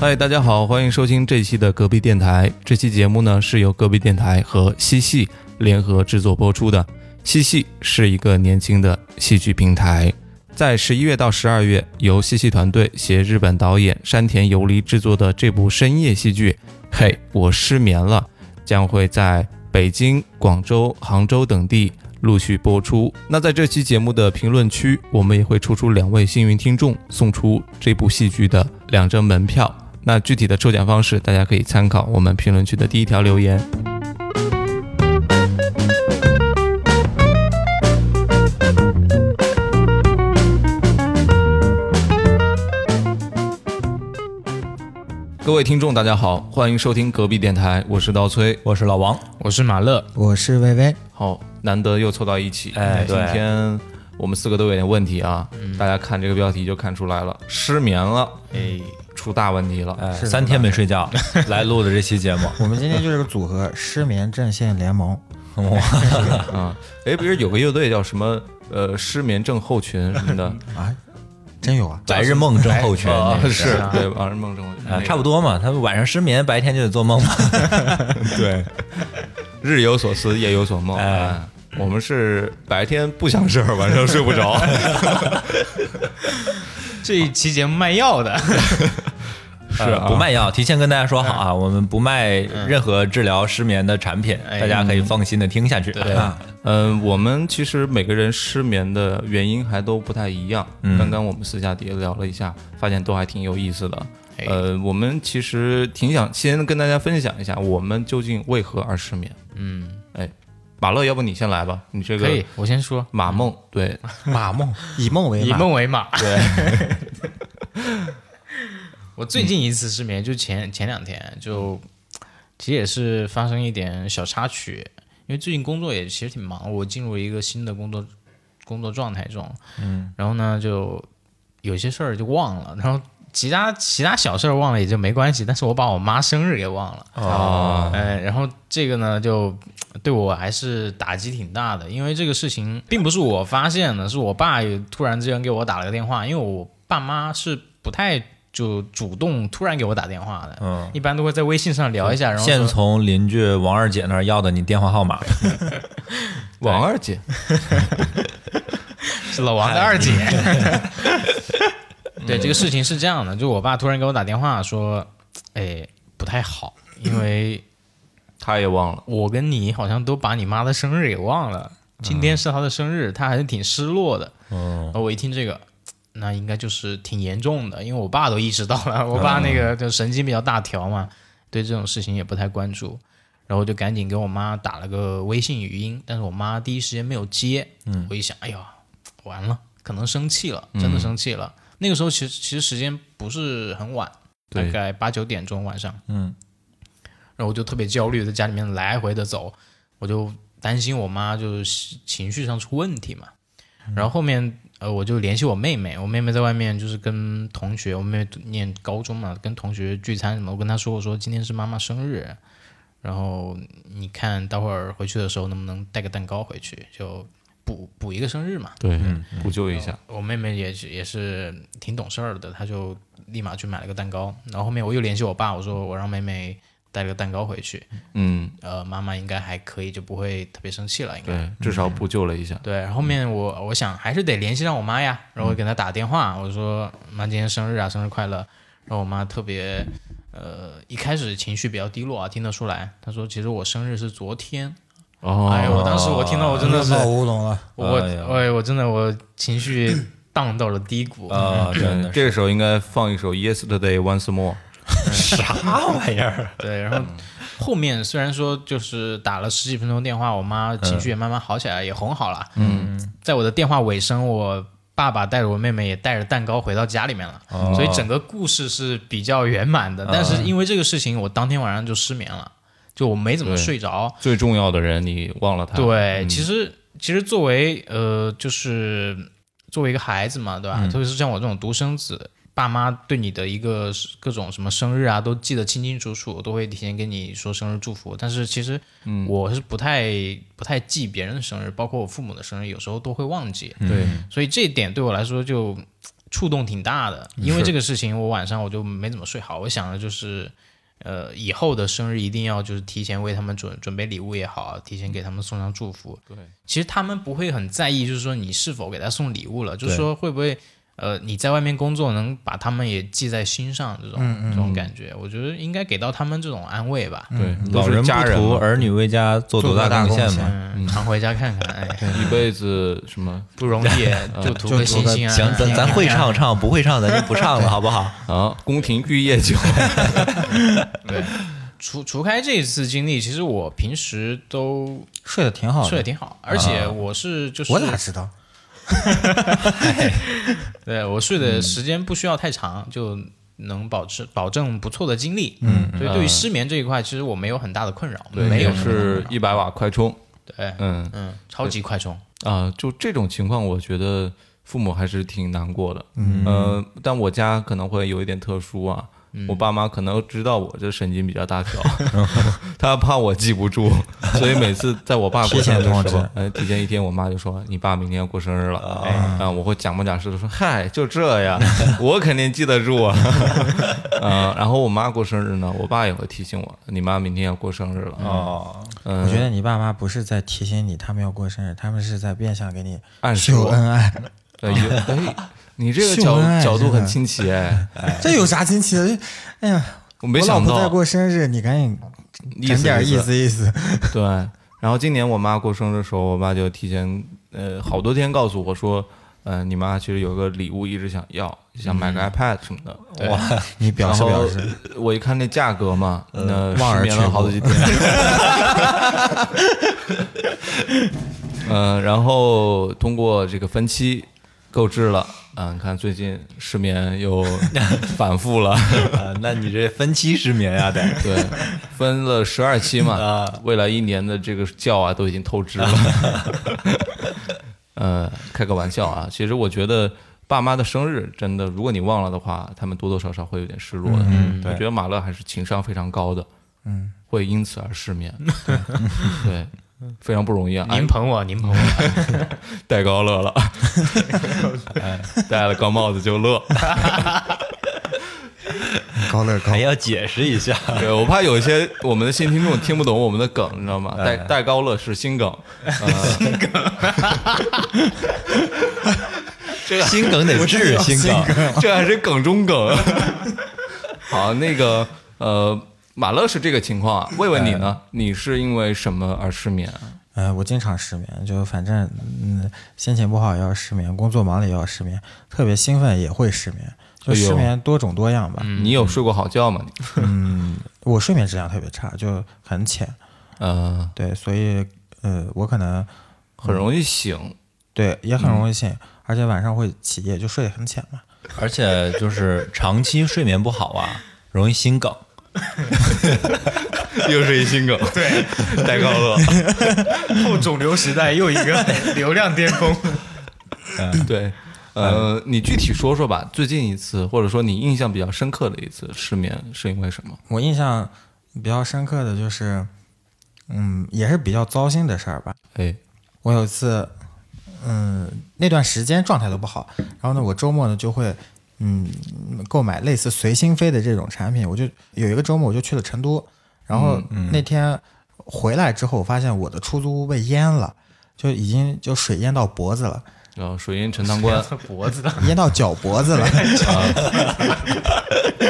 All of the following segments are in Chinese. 嗨，大家好，欢迎收听这一期的隔壁电台。这期节目呢是由隔壁电台和嬉戏联合制作播出的。嬉戏是一个年轻的戏剧平台，在十一月到十二月，由嬉戏团队携日本导演山田由梨制作的这部深夜戏剧《嘿，我失眠了》，将会在北京、广州、杭州等地陆续播出。那在这期节目的评论区，我们也会抽出两位幸运听众，送出这部戏剧的两张门票。那具体的抽奖方式，大家可以参考我们评论区的第一条留言。各位听众，大家好，欢迎收听隔壁电台，我是刀崔，我是老王，我是马乐，我是薇薇，好，难得又凑到一起。哎今对嗯天我们四个都有点问题啊，大家看这个标题就看出来了，失眠了，哎，出大问题了。哎，是三天没睡觉来录的这期节目，我们今天就是个组合，失眠阵线联盟。啊，哎，不是有个乐队叫什么呃失眠症候群什么 的 啊，真 有啊！白日梦症候群，啊 那，是啊对晚上梦症候群，那啊，个差不多嘛，他们晚上失眠，白天就得做梦嘛。对，日有所思，夜有所梦。哎哎，我们是白天不想事儿，晚上睡不着。这一期节目卖药 的，是呃啊不卖药，提前跟大家说好啊，我们不卖任何治疗失眠的产品，哎大家可以放心的听下去。对啊嗯，我们其实每个人失眠的原因还都不太一样。嗯刚刚我们私下也聊了一下，发现都还挺有意思的。哎呃，我们其实挺想先跟大家分享一下，我们究竟为何而失眠。嗯，哎，马乐，要不你先来吧，你这可个以，我先说，马梦，对，马梦，以梦为以马，梦为马。对， 我最近一次失眠就前前两天，就其实也是发生一点小插曲，因为最近工作也其实挺忙，我进入一个新的工作工作状态中，嗯，然后呢就有些事儿就忘了，然后其他其他小事儿忘了也就没关系，但是我把我妈生日给忘了。啊，哎，然后这个呢，就呃对我还是打击挺大的，因为这个事情并不是我发现的，是我爸也突然之间给我打了个电话，因为我爸妈是不太就主动突然给我打电话的，嗯，一般都会在微信上聊一下，然后现说从邻居王二姐那儿要的你电话号码，王二姐，是老王的二姐。 对，这个事情是这样的，就我爸突然给我打电话说，哎，不太好，因为她也忘了。我跟你好像都把你妈的生日给忘了，今天是她的生日，她还是挺失落的。嗯，然后我一听这个，那应该就是挺严重的，因为我爸都意识到了，我爸那个就神经比较大条嘛，对这种事情也不太关注。然后我就赶紧给我妈打了个微信语音，但是我妈第一时间没有接。嗯，我一想，哎呀，完了，可能生气了，真的生气了。那个时候其实其实时间不是很晚，大对概八九点钟晚上。嗯，然后我就特别焦虑，在家里面来回的走，我就担心我妈就是情绪上出问题嘛。然后后面呃，我就联系我妹妹，我妹妹在外面就是跟同学，我妹妹念高中嘛，跟同学聚餐什么，我跟她说，我说今天是妈妈生日，然后你看待会儿回去的时候能不能带个蛋糕回去，就补补一个生日嘛。对，补救一下。我妹妹也是也是挺懂事儿的，她就立马去买了个蛋糕。然后后面我又联系我爸，我说我让妹妹带了个蛋糕回去，嗯，呃，妈妈应该还可以，就不会特别生气了，应该。对，至少补救了一下。对，后面我我想还是得联系上我妈呀，然后我给她打电话，我说妈今天生日啊，生日快乐。然后我妈特别，呃，一开始情绪比较低落啊，听得出来。她说其实我生日是昨天。哦，哎呦，我当时我听到我真 的是，闹乌龙了。我哎呀哎我真的我情绪荡到了低谷。啊，真对，的这个时候应该放一首《Yesterday Once More》。啥玩意儿？对，然后后面虽然说就是打了十几分钟电话，我妈情绪也慢慢好起来，也哄好了。嗯，在我的电话尾声，我爸爸带着我妹妹也带着蛋糕回到家里面了，哦所以整个故事是比较圆满的。但是因为这个事情，我当天晚上就失眠了，就我没怎么对睡着。最重要的人，你忘了他。嗯对，其实其实作为呃，就是作为一个孩子嘛，对嗯吧？特别是像我这种独生子，爸妈对你的一个是各种什么生日啊，都记得清清楚楚，都会提前跟你说生日祝福。但是其实嗯我是不太、不太记嗯别人的生日，包括我父母的生日，有时候都会忘记。对，所以这一点对我来说就触动挺大的，因为这个事情，我晚上我就没怎么睡好。我想的就是，呃，以后的生日一定要就是提前为他们准准备礼物也好，啊提前给他们送上祝福。对，其实他们不会很在意，就是说你是否给他送礼物了，就是说会不会呃你在外面工作能把他们也记在心上这种、这种感觉，我觉得应该给到他们这种安慰吧。对，老人家不人图嘛儿女为家做多大贡献嘛？嗯，常回家看看，哎，一辈子什么不容易，就图就个图星个星啊。行，咱咱会唱唱，不会唱咱就不唱了，好不好？啊？宫廷玉液 酒，对，除除开这一次经历，其实我平时都睡得挺好睡得的，挺好，而且我是就是哦我咋知道？对我睡的时间不需要太长，就能保持保证不错的精力。嗯，所以对于失眠这一块，其实我没有很大的困扰，没有也是一百瓦快充，对，嗯嗯，超级快充，啊、就这种情况，我觉得父母还是挺难过的。嗯、呃，但我家可能会有一点特殊啊，我爸妈可能知道我这神经比较大条， 他怕我记不住，所以每次在我爸过生日提前的时通候知，呃，提前一天，我妈就说你爸明天要过生日了，啊、哎啊我会假模假式的说嗨，就这 呀，我肯定记得住啊。 呃，然后我妈过生日呢，我爸也会提醒我，你妈明天要过生日了。啊哦，嗯、我觉得你爸妈不是在提醒你他们要过生日，他们是在变相给你暗示秀我恩爱。对，有哎，你这个秀角恩爱角度真的很新奇哎，这有啥新奇的？哎呀，我没我老想婆在到，过生日，你赶紧意整思点意意。思意思。对，然后今年我妈过生日的时候，我爸就提前呃好多天告诉我说，呃，你妈其实有个礼物一直想要，想买个嗯 iPad 什么的。哇，你表然示后表示，呃我一看那价格嘛，那望失而眠却了好步几天。 嗯、然后通过这个分期购置了，啊、你看最近失眠又 反复了。啊，那你这分期失眠呀，得对，分了十二期嘛，未来一年的这个觉啊都已经透支了。呃，开个玩笑啊，其实我觉得爸妈的生日真的，如果你忘了的话，他们多多少少会有点失落的。嗯对我觉得马乐还是情商非常高的，嗯，会因此而失眠。对，非常不容易啊，您捧我，您捧我，戴高乐了，哎戴了高帽子就乐。高乐高还，要解释一下。对，我怕有些我们的新听众听不懂我们的梗，你知道吗？戴戴高乐是新梗，呃心梗得治，心梗 这还是梗中 梗。好，那个呃，马乐是这个情况啊，问问你呢，你是因为什么而失眠啊？呃，我经常失眠，就反正嗯，心情不好也要失眠，工作忙了也要失眠，特别兴奋也会失眠，就哎呦嗯失眠多种多样吧。你有睡过好觉吗？你我睡眠质量特别差，就很浅，呃，对，所以呃，我可能很容易醒。对也很嗯容易醒，而且晚上会起夜，就睡得很浅嘛。而且就是长期睡眠不好啊，容易心梗。 又是一新 梗，对，戴高乐， 后肿瘤时代又一 个流量巅峰。对，呃，你具体说说吧，最近一次或者说你印象比较深刻的一次失眠是因为什么？我印象比较深刻的就是，嗯，也是比较糟心的事儿吧。哎，我有一次，嗯，那段时间状态都不好，然后呢，我周末呢就会，嗯，购买类似随心飞的这种产品。我就有一个周末我就去了成都，然后嗯那天回来之后，我发现我的出租屋被淹了，就已经就水淹到脖子了，然后呃水淹陈塘关，脖子的，淹到脚 脖子了。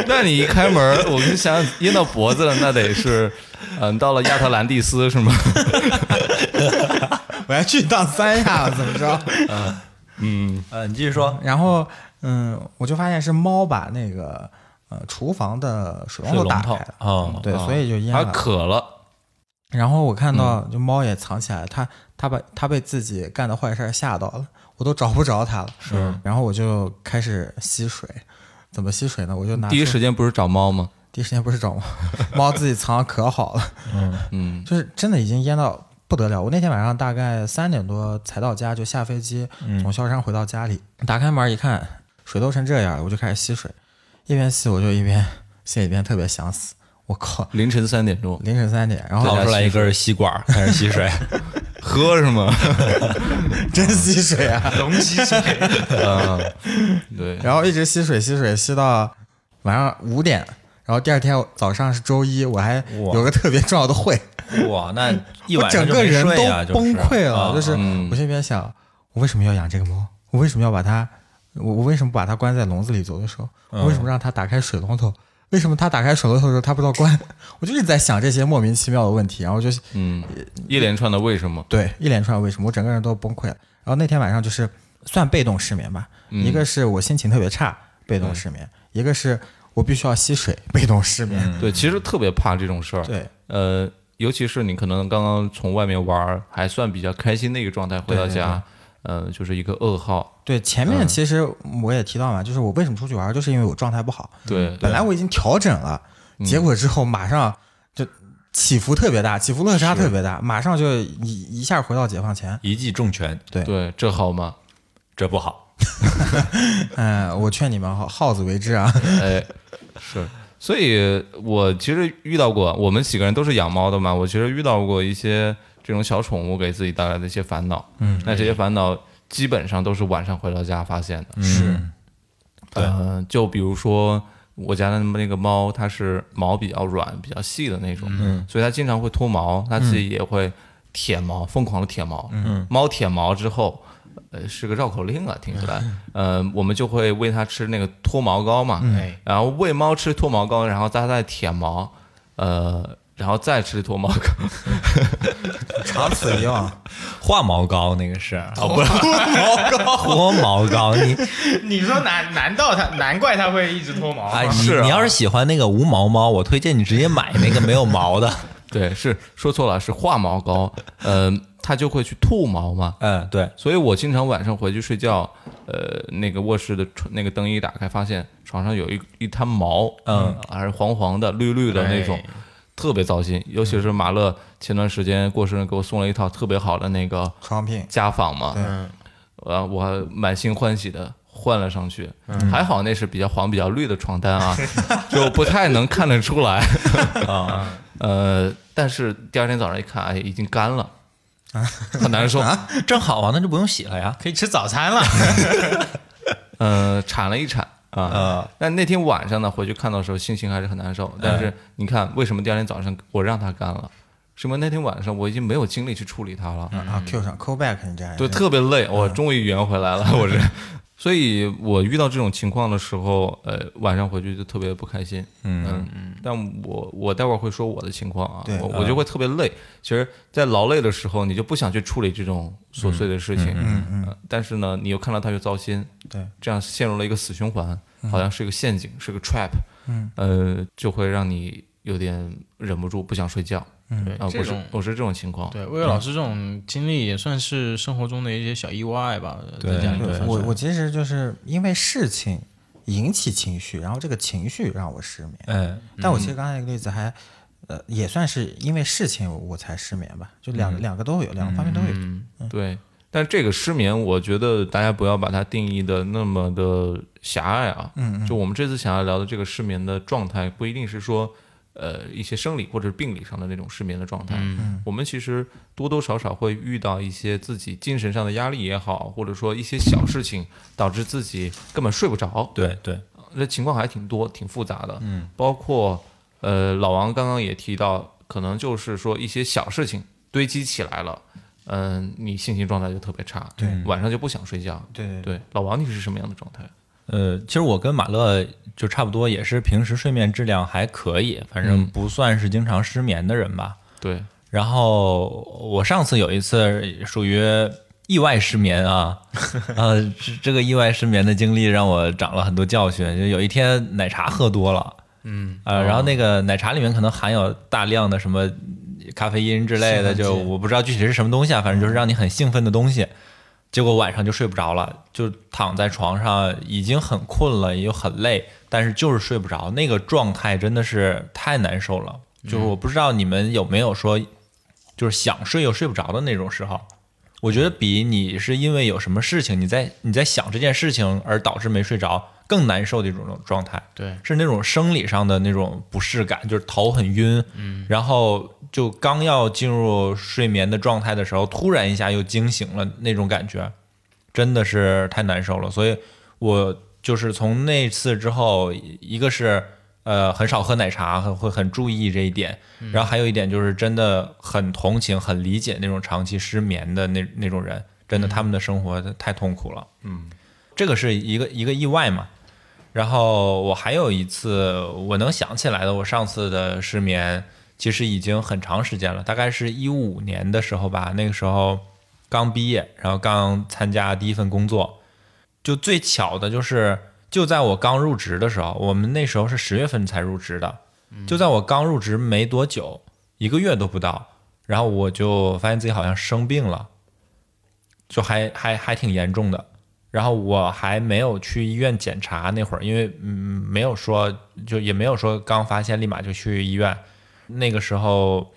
那你一开门儿，我就想想淹到脖子了，那得是， 嗯、到了亚特兰蒂斯是吗？我要去趟三亚，怎么着？呃，你继续说，然后，嗯，我就发现是猫把那个呃厨房的水龙水头龙打头开了，哦啊对，所以就淹它了。渴了，然后我看到嗯就猫也藏起来，它它把它被自己干的坏事儿吓到了，我都找不着它了。是，然后我就开始吸水，怎么吸水呢？我就拿第一出时间不是找猫吗？第一时间不是找猫， 猫自己藏得可好了， 嗯，就是真的已经淹到不得了。我那天晚上大概三点多才到家，就下飞机嗯从萧山回到家里，打开门一看，水都成这样了，我就开始吸水，一边吸我就一边心里边特别想死，我靠，凌晨三点钟，凌晨三点，然后 掏出来一根吸管，开始吸水。喝是吗？真吸水啊！龙吸水，啊，对，然后一直吸水吸水吸到晚上五点，然后第二天早上是周一，我还哇有个特别重要的会，哇，那一我晚整上就个没人都睡啊，就是崩溃了，啊就是我心里边想，我为什么要养这个猫？我为什么要把它？我我为什么把它关在笼子里走的时候？嗯我为什么让它打开水龙头？为什么它打开水龙头的时候它不知道关？ 我就一直在想这些莫名其妙的问题，然后就嗯，一连串的为什么？对，一连串为什么，我整个人都崩溃了。然后那天晚上就是算被动失眠吧，嗯一个是我心情特别差，被动失眠；一个是我必须要吸水，被动失眠。对，其实特别怕这种事儿。对呃，尤其是你可能刚刚从外面玩儿还算比较开心的一个状态回到家，呃，就是一个噩耗。对，前嗯面其实我也提到嘛，就是我为什么出去玩，就是因为我状态不好。对，嗯嗯本来我已经调整了，结果之后马上就起伏特别大，起伏落差特别大，马上就一一下回到解放前。一记重拳，对，对，这好吗？这不 好。嗯、我劝你们好好自为之啊。哎，是。所以我其实遇到过，我们几个人都是养猫的嘛，我其实遇到过一些这种小宠物给自己带来的一些烦恼。嗯，那这些烦恼基本上都是晚上回到家发现的。是，对呃，就比如说我家的那个猫，它是毛比较软、比较细的那种，嗯，所以它经常会脱毛，它自己也会舔毛，疯狂的舔毛。嗯，猫舔毛之后，呃，是个绕口令啊，听起来，呃，我们就会喂它吃那个脱毛膏嘛，哎，然后喂猫吃脱毛膏，然后它再舔毛，呃，然后再吃脱毛膏。 长此以往， 化毛膏那个是啊， 不是脱毛膏，脱毛膏，你 你说难难道他难怪他会一直脱毛哎，吗你是啊你要是喜欢那个无毛猫，我推荐你直接买那个没有毛 的。对，是说错了，是化毛膏，呃，它就会去吐毛嘛，嗯，对，所以我经常晚上回去睡觉，呃，那个卧室的窗那个灯一打开，发现床上有一一滩毛，嗯，还是黄黄的、绿绿的那种，哎特别糟心。尤其是马乐前段时间过生日给我送了一套特别好的那个床品家纺嘛，嗯，呃，我满心欢喜的换了上去，还好那是比较黄、比较绿的床单啊， 就不太能看得出来 啊。 呃，但是第二天早上一看，哎，已经干了，很难受。 正好啊，那就不用洗了呀。可以吃早 餐了。呃，铲了一铲啊啊。但那天晚上呢，回去看到的时候，心情还是很难受。但是你看，为什么第二天早上我让它干了？是因为那天晚上我已经没有精力去处理它了，啊，Q 上 call back，你这嗯样对，特别累。我终于圆回来了， 我这。所以我遇到这种情况的时候，呃，晚上回去就特别不开心。嗯嗯，但我我待会儿会说我的情况啊对，我我就会特别累。其实，在劳累的时候，你就不想去处理这种琐碎的事情。嗯嗯。但是呢，你又看到它又糟心，对，这样陷入了一个死循环，好像是一个陷阱，是个 trap，嗯，呃，就会让你有点忍不住不想睡觉，嗯啊，这我是种我是这种情况，对，魏巍老师这种经历也算是生活中的一些小意外吧，对在家里面对算是我我其实就是因为事情引起情绪，然后这个情绪让我失眠。嗯，但我其实刚才那个例子还，呃，也算是因为事情我才失眠吧，就两、嗯两个都有，两个方面都有。对，但这个失眠，我觉得大家不要把它定义的那么的狭隘啊。嗯就我们这次想要聊的这个失眠的状态，不一定是说呃一些生理或者是病理上的那种失眠的状态。嗯。我们其实多多少少会遇到一些自己精神上的压力也好，或者说一些小事情导致自己根本睡不着。对对，这情况还挺多，挺复杂的。嗯，包括呃，老王刚刚也提到，可能就是说一些小事情堆积起来了，嗯、你心情状态就特别差，对，晚上就不想睡觉。对对对，老王你是什么样的状态？呃，其实我跟马乐就差不多，也是平时睡眠质量还可以，反正不算是经常失眠的人吧。对，然后我上次有一次属于意外失眠啊，呃，这这个意外失眠的经历让我长了很多教训。就有一天奶茶喝多了，嗯，呃，然后那个奶茶里面可能含有大量的什么咖啡因之类的，就我不知道具体是什么东西啊，反正就是让你很兴奋的东西。结果晚上就睡不着了，就躺在床上，已经很困了，也很累，但是就是睡不着，那个状态真的是太难受了。就是我不知道你们有没有说，就是想睡又睡不着的那种时候。我觉得比你是因为有什么事情，你在你在想这件事情而导致没睡着，更难受的一种状态，对，嗯是那种生理上的那种不适感，就是头很晕，嗯，然后就刚要进入睡眠的状态的时候，突然一下又惊醒了那种感觉，真的是太难受了。所以我就是从那次之后，一个是呃很少喝奶茶，很会很注意这一点，然后还有一点就是真的很同情、很理解那种长期失眠的那那种人，真的他们的生活太痛苦了。嗯，这个是一个一个意外嘛。然后我还有一次我能想起来的，我上次的失眠其实已经很长时间了，大概是一五年的时候吧，那个时候刚毕业，然后刚参加第一份工作，就最巧的就是就在我刚入职的时候，我们那时候是十月份才入职的，就在我刚入职没多久，一个月都不到，然后我就发现自己好像生病了，就还还还挺严重的。然后我还没有去医院检查那会儿，因为嗯没有说就也没有说刚发现立马就去医院，那个时候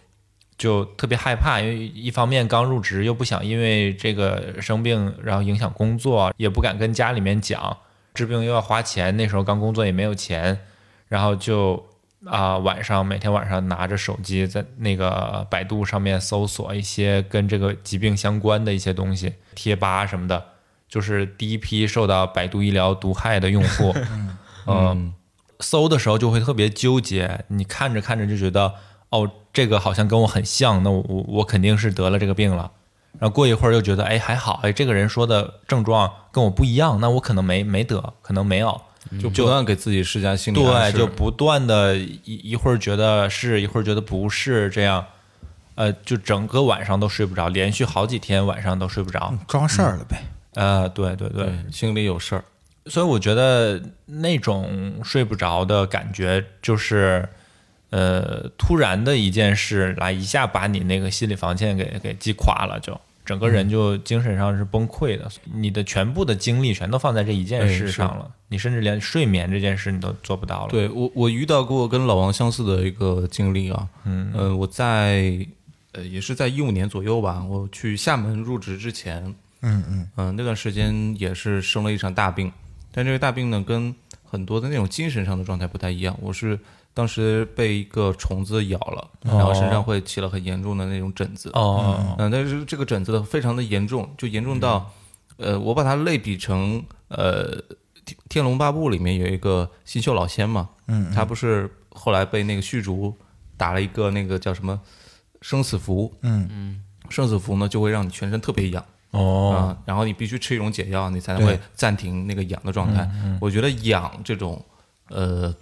就特别害怕，因为一方面刚入职又不想因为这个生病然后影响工作，也不敢跟家里面讲，治病又要花钱，那时候刚工作也没有钱，然后就啊、晚上每天晚上拿着手机在那个百度上面搜索一些跟这个疾病相关的一些东西，贴吧什么的。就是第一批受到百度医疗毒害的用户，嗯，搜的时候就会特别纠结，你看着看着就觉得，哦，这个好像跟我很像，那我我我肯定是得了这个病了。然后过一会儿又觉得，哎，还好，哎，这个人说的症状跟我不一样，那我可能没没得，可能没有，就不断给自己施加心理暗对，示就不断的一一会儿觉得是，一会儿觉得不是，这样，呃，就整个晚上都睡不着，连续好几天晚上都睡不着。嗯装事儿了呗。呃，对对对，对心里有事儿。所以我觉得那种睡不着的感觉，就是呃，突然的一件事来一下把你那个心理防线给给击垮了就，整个人就精神上是崩溃的，你的全部的精力全都放在这一件事上了，你甚至连睡眠这件事你都做不到了。，对我，我遇到过跟老王相似的一个经历啊。嗯，呃，我在呃也是在一五年左右吧，我去厦门入职之前，嗯嗯，嗯、那段时间也是生了一场大病，但这个大病呢，跟很多的那种精神上的状态不太一样。我是当时被一个虫子咬了，然后身上会起了很严重的那种疹子。哦，嗯，但是这个疹子的非常的严重，就严重到，呃，我把它类比成呃，《天天龙八部》里面有一个新秀老仙嘛，嗯，他不是后来被那个虚竹打了一个那个叫什么生死符，嗯嗯，生死符呢就会让你全身特别痒。啊、哦，然后你必须吃一种解药，你才对会暂停那个痒的状态。我觉得痒这种呃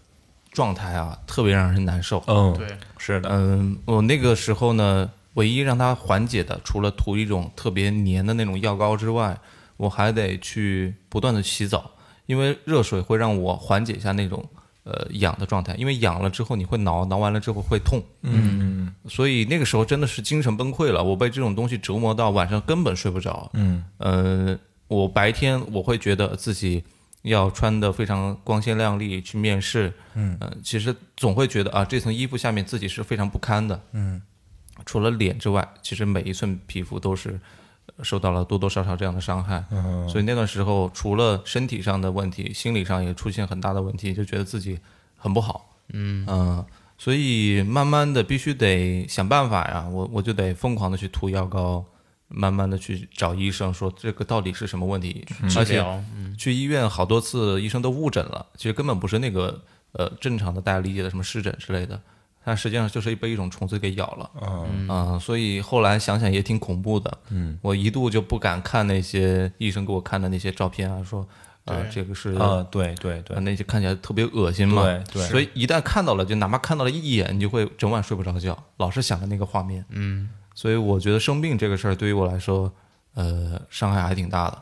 状态啊，特别让人难受。嗯，对，是的，嗯，我那个时候呢，唯一让它缓解的，除了涂一种特别黏的那种药膏之外，我还得去不断的洗澡，因为热水会让我缓解一下那种呃痒的状态，因为痒了之后你会挠，挠完了之后会痛，嗯所以那个时候真的是精神崩溃了，我被这种东西折磨到晚上根本睡不着。嗯呃，我白天我会觉得自己要穿的非常光鲜亮丽去面试，嗯、呃，其实总会觉得啊，这层衣服下面自己是非常不堪的，嗯，除了脸之外，其实每一寸皮肤都是呃受到了多多少少这样的伤害，嗯、所以那段时候除了身体上的问题，心理上也出现很大的问题，就觉得自己很不好，嗯、呃所以慢慢的必须得想办法呀，我我就得疯狂的去涂药膏，慢慢的去找医生说这个到底是什么问题，而且疗，嗯去医院好多次，医生都误诊了，其实根本不是那个呃正常的大家理解的什么湿疹之类的，它实际上就是被一种虫子给咬了。嗯啊、所以后来想想也挺恐怖的。嗯，我一度就不敢看那些医生给我看的那些照片啊，说啊、呃、这个是嗯，啊，对对对呃，那些看起来特别恶心嘛。对对所以一旦看到了，就哪怕看到了一眼，你就会整晚睡不着觉，老是想着那个画面。嗯，所以我觉得生病这个事儿对于我来说，呃，伤害还挺大的。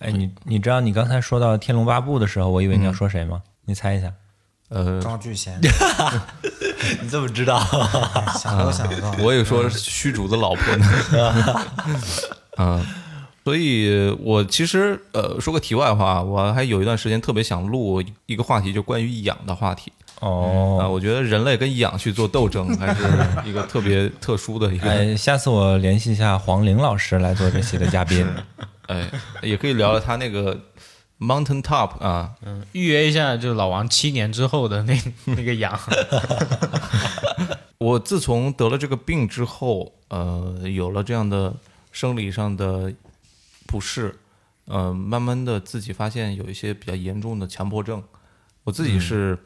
哎，你你知道你刚才说到《天龙八部》的时候，我以为你要说谁吗？你猜一下，呃，庄巨贤嗯呃 你怎么知道？啊想都想不到。我也嗯说虚竹的老婆呢。 嗯，所以我其实呃，说个题外话，我还有一段时间特别想录一个话题，就关于痒的话题啊、哦，我觉得人类跟痒去做斗争，还 是一个特别特殊的一个。哎，下次我联系一下黄玲老师来做这期的嘉宾。哎，也可以聊聊他那个 Mountain Top 啊，嗯预约一下，就老王七年之后的那 那个羊，我自从得了这个病之后，呃，有了这样的生理上的不适，呃，慢慢的自己发现有一些比较严重的强迫症，我自己是、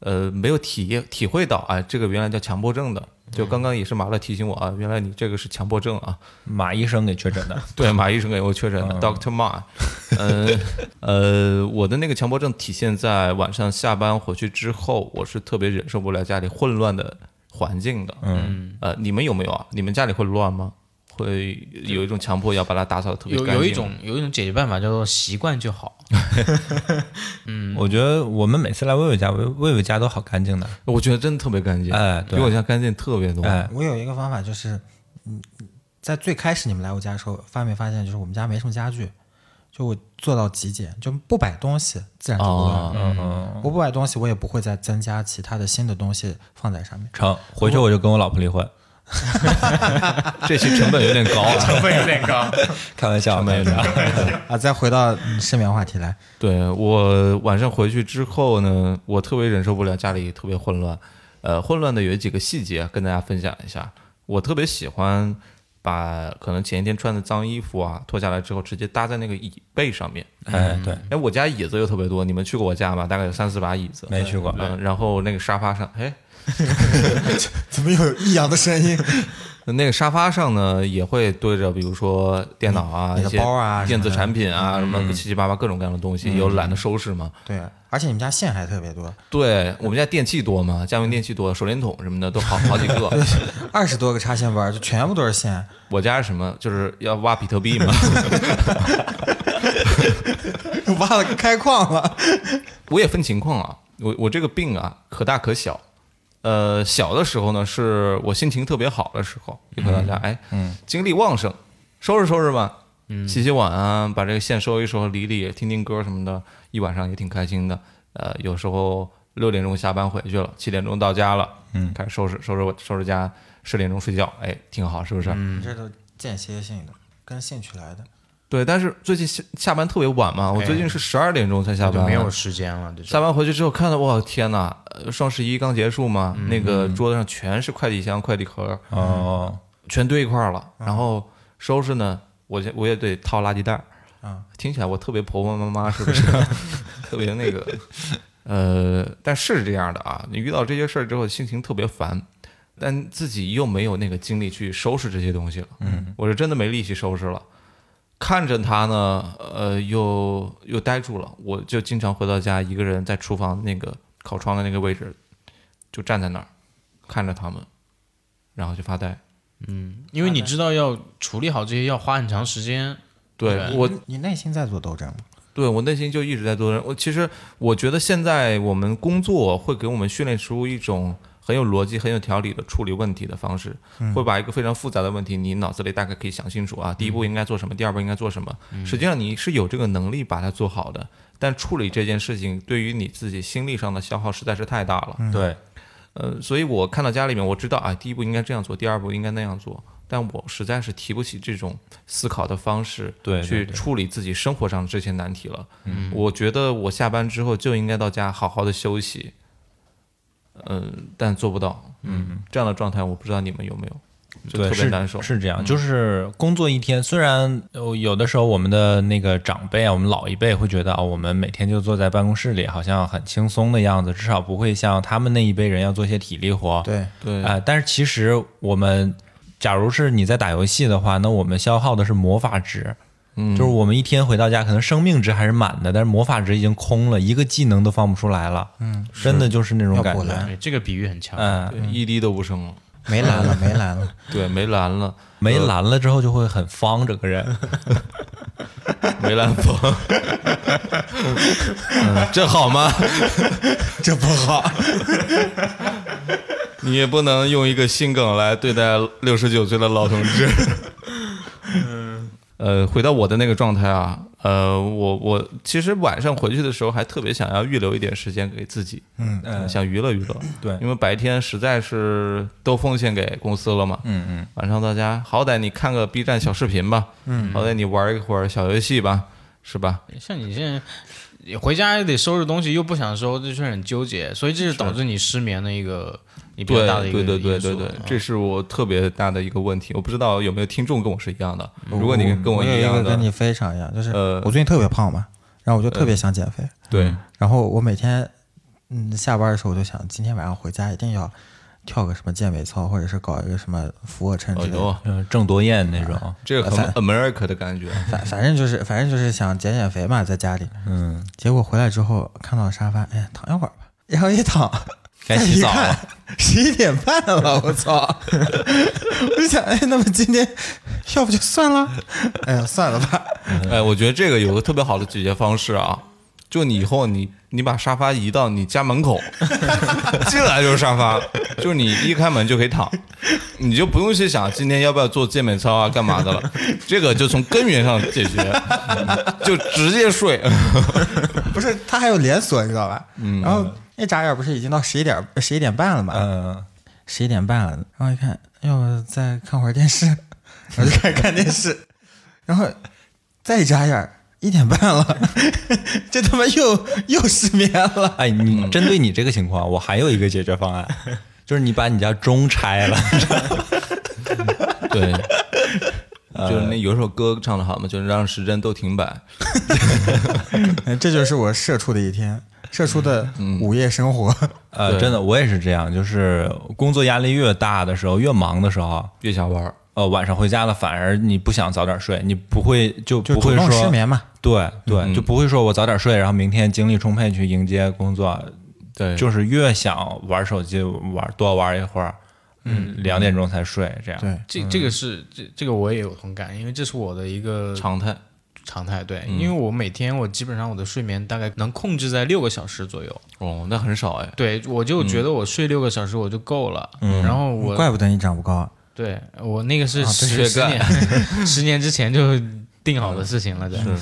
呃没有体验体会到啊、这个原来叫强迫症的。就刚刚也是麻辣提醒我啊，原来你这个是强迫症啊，马医生给确诊的，对，马医生给我确诊的嗯，Doctor Ma，呃呃，我的那个强迫症体现在晚上下班回去之后，我是特别忍受不了家里混乱的环境的。嗯，呃，你们有没有啊？你们家里会乱吗？会有一种强迫要把它打扫的特别有干净？有一种有一种解决办法叫做习惯 就好。我觉得我们每次来薇薇家，薇薇薇家都好干净的，我觉得真的特别干净，哎对比我家干净特别多。哎，我有一个方法就是，嗯，在最开始你们来我家的时候，发没发现就是我们家没什么家具，就我做到极简，就不摆东西，自然就不乱。哦，嗯嗯，我不摆东西，我也不会再增加其他的新的东西放在上面。成，回去我就跟我老婆离婚，这期成本有点高啊。会有点高。开玩笑，没有啊，再回到嗯失眠话题来，对我晚上回去之后呢，我特别忍受不了家里特别混乱。呃，混乱的有几个细节啊跟大家分享一下。我特别喜欢把可能前一天穿的脏衣服啊脱下来之后，直接搭在那个椅背上面。哎，对，哎，我家椅子又特别多，你们去过我家吗？大概有三四把椅子。没去过，嗯，然后那个沙发上，哎，怎么又有异样的声音？那个沙发上呢，也会堆着，比如说电脑啊、你一的些包啊电子什么的嗯产品啊，什么七七八八各种各样的东西，有懒得收拾嘛。对，而且你们家线还特别多，对我们家电器多嘛，家用电器多，手电筒什么的都好好几个。二十多个插线板，就全部都是线。 我家是什么，就是要挖比特币嘛。挖了开矿了，我也分情况啊，我我这个病啊，可大可小。呃，小的时候呢，是我心情特别好的时候，一回到家，哎，精力旺盛，收拾收拾吧，洗洗碗啊，把这个线收一收，理理，听听歌什么的，一晚上也挺开心的。呃，有时候六点钟下班回去了，七点钟到家了，嗯，开始收拾收拾收拾家，十点钟睡觉，哎，挺好，是不是？这都间歇性的，跟兴趣来的。对，但是最近下下班特别晚嘛，我最近是十二点钟才下 哎就班，没有时间了，这种下班回去之后看到，我天呐，呃双十一刚结束嘛，嗯那个桌子上全是快递箱、快递盒，哦，全堆一块儿了。然后收拾呢，我就我也得掏垃圾袋。啊，听起来我特别婆婆妈妈，是不是？特别那个，呃，但是这样的啊，你遇到这些事儿之后，心情特别烦，但自己又没有那个精力去收拾这些东西了。嗯，我是真的没力气收拾了。看着他呢，呃，又又呆住了。我就经常回到家，一个人在厨房那个烤窗的那个位置，就站在那儿看着他们，然后就发呆。因为你知道要处理好这些要花很长时间，对我，啊你内心在做斗争吗？对我内心就一直在做人。我其实我觉得现在我们工作会给我们训练出一种很有逻辑、很有条理的处理问题的方式，会把一个非常复杂的问题，你脑子里大概可以想清楚啊，第一步应该做什么，第二步应该做什么。实际上你是有这个能力把它做好的，但处理这件事情对于你自己心力上的消耗实在是太大了。对，呃，所以我看到家里面，我知道啊，第一步应该这样做，第二步应该那样做，但我实在是提不起这种思考的方式，对对去处理自己生活上这些难题了。嗯，我觉得我下班之后就应该到家好好的休息，嗯、但做不到，嗯，这样的状态我不知道你们有没有，就对，特别是难受。是这样，就是工作一天，虽然呃有的时候我们的那个长辈啊，我们老一辈会觉得啊、我们每天就坐在办公室里，好像很轻松的样子，至少不会像他们那一辈人要做一些体力活。对，对，啊、但是其实我们，假如是你在打游戏的话，那我们消耗的是魔法值，嗯就是我们一天回到家，可能生命值还是满的，但是魔法值已经空了，一个技能都放不出来了。嗯，真的就是那种要感补嗯觉。蓝，对，这个比喻很强。嗯，对一滴都不剩了，没蓝了，没蓝了。对，没蓝了，没蓝了之后就会很方，整个 人。没蓝风，嗯这好吗？ 这不好。你也不能用一个心梗来对待六十九岁的老同 志。嗯，呃，回到我的那个状态啊，呃，我我其实晚上回去的时候还特别想要预留一点时间给自己，嗯呃，想娱乐娱乐，对因为白天实在是都奉献给公司了嘛，嗯嗯，晚上到家好歹你看个 B 站小视频吧，嗯，好歹你玩一会儿小游戏吧，是吧？像你现在你回家也得收拾东西，又不想收，这事儿很纠结，所以这是导致你失眠的一个你比较对大的一个对对对因素对对嗯，这是我特别大的一个问题。我不知道有没有听众跟我是一样的。哦如果你 跟我我有一一样个的跟，你非常一样，就是呃我最近特别胖嘛，然后我就特别想减肥，对然后我每天嗯下班的时候我就想，今天晚上回家一定要跳个什么健美操，或者是搞一个什么俯卧撑哎之类的。呦，嗯，郑多燕那种，啊这个很 America 的感觉。反反正就是反正就是想减减肥嘛，在家里。嗯，结果回来之后看到沙发，哎呀，躺一会儿吧。然后一躺， 该洗澡了。十一点半了，我操！ 我就想，哎，那么今天要不就算了？哎呀，算了吧。哎，我觉得这个有个特别好的解决方式啊，就你以后你你把沙发移到你家门口， 进来就是沙发，就是你一开门就可以躺，你就不用去想今天要不要做健美操啊干嘛的了，这个就从根源上解决， 就直接睡。不是，他还有连锁，你知道吧？然后那眨眼不是已经到十一点十一点半了嘛？嗯，十一点半了，然后一看，要不再看会儿电视， 然后就开始看电视，然后再一眨眼一点半了， 这他妈又又失眠了。哎，你针对你这个情况，我还有一个解决方 案，就是你把你家钟拆了。对， 就是那有一首歌唱的好嘛，就是让时针都停摆。哎 这就是我社畜的一天，社畜的嗯午夜生活。呃，真的，我也是这样，就是工作压力越大的时候，越忙的时候，越想玩儿，呃，晚上回家了，反而你不想早点睡，你不会就就不会主动说失眠嘛嗯对对，就不会说我早点睡，然后明天精力充沛去迎接工作，对，就是越想玩手机玩多玩一会儿，嗯，两点钟才睡，这啊样。对，这这个是这这个我也有同感，因为这是我的一个常态。常态。对，嗯因为我每天我基本上我的睡眠大概能控制在六个小时左右。哦，那很少哎。对，我就觉得我睡六个小时我就够了。然后我怪不得嗯你长不高。对我那个是啊十、对十年 十年之前就定好的事情了，对。嗯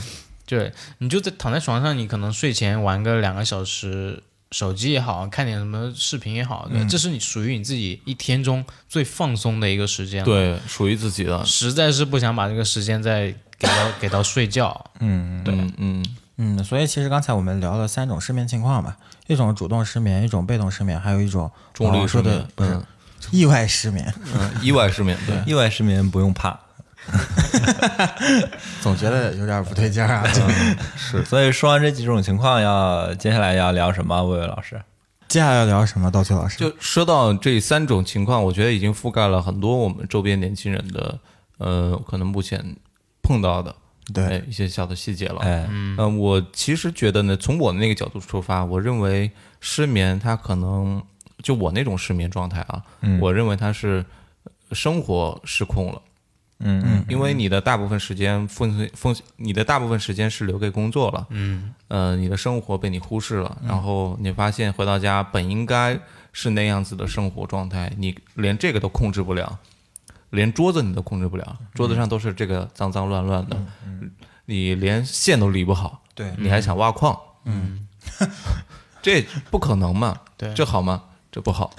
对，你就在躺在床上，你可能睡前玩个两个小时手机也好，看点什么视频也好，对，嗯这是你属于你自己一天中最放松的一个时间了。对，属于自己的。实在是不想把这个时间再给到 给到睡觉。对，嗯，嗯，所以其实刚才我们聊了三种失眠情况嘛，一种主动失眠，一种被动失眠，还有一种重网力上说失的眠，不是意外失眠，嗯意外失眠，对。意外失眠不用怕，总觉得有点不对劲儿啊。嗯嗯所以说完这几种情况要，接下来要聊什么？魏魏老师， 接下来要聊什么？道秋老师，就说到这三种情况，我觉得已经覆盖了很多我们周边年轻人的，呃，可能目前碰到的对，哎一些小的细节了。哎，嗯、我其实觉得呢，从我的那个角度出发，我认为失眠它可能就我那种失眠状态啊，我认为它是呃生活失控了。嗯嗯因为你的大部分时间奉奉，你的大部分时间是留给工作了，嗯，呃，你的生活被你忽视了，然后你发现回到家本应该是那样子的生活状态，你连这个都控制不了，连桌子你都控制不了，桌子上都是这个脏脏乱乱的，你连线都理不好，对你还想挖矿，嗯， 这不可能嘛，对这好吗？这不 好。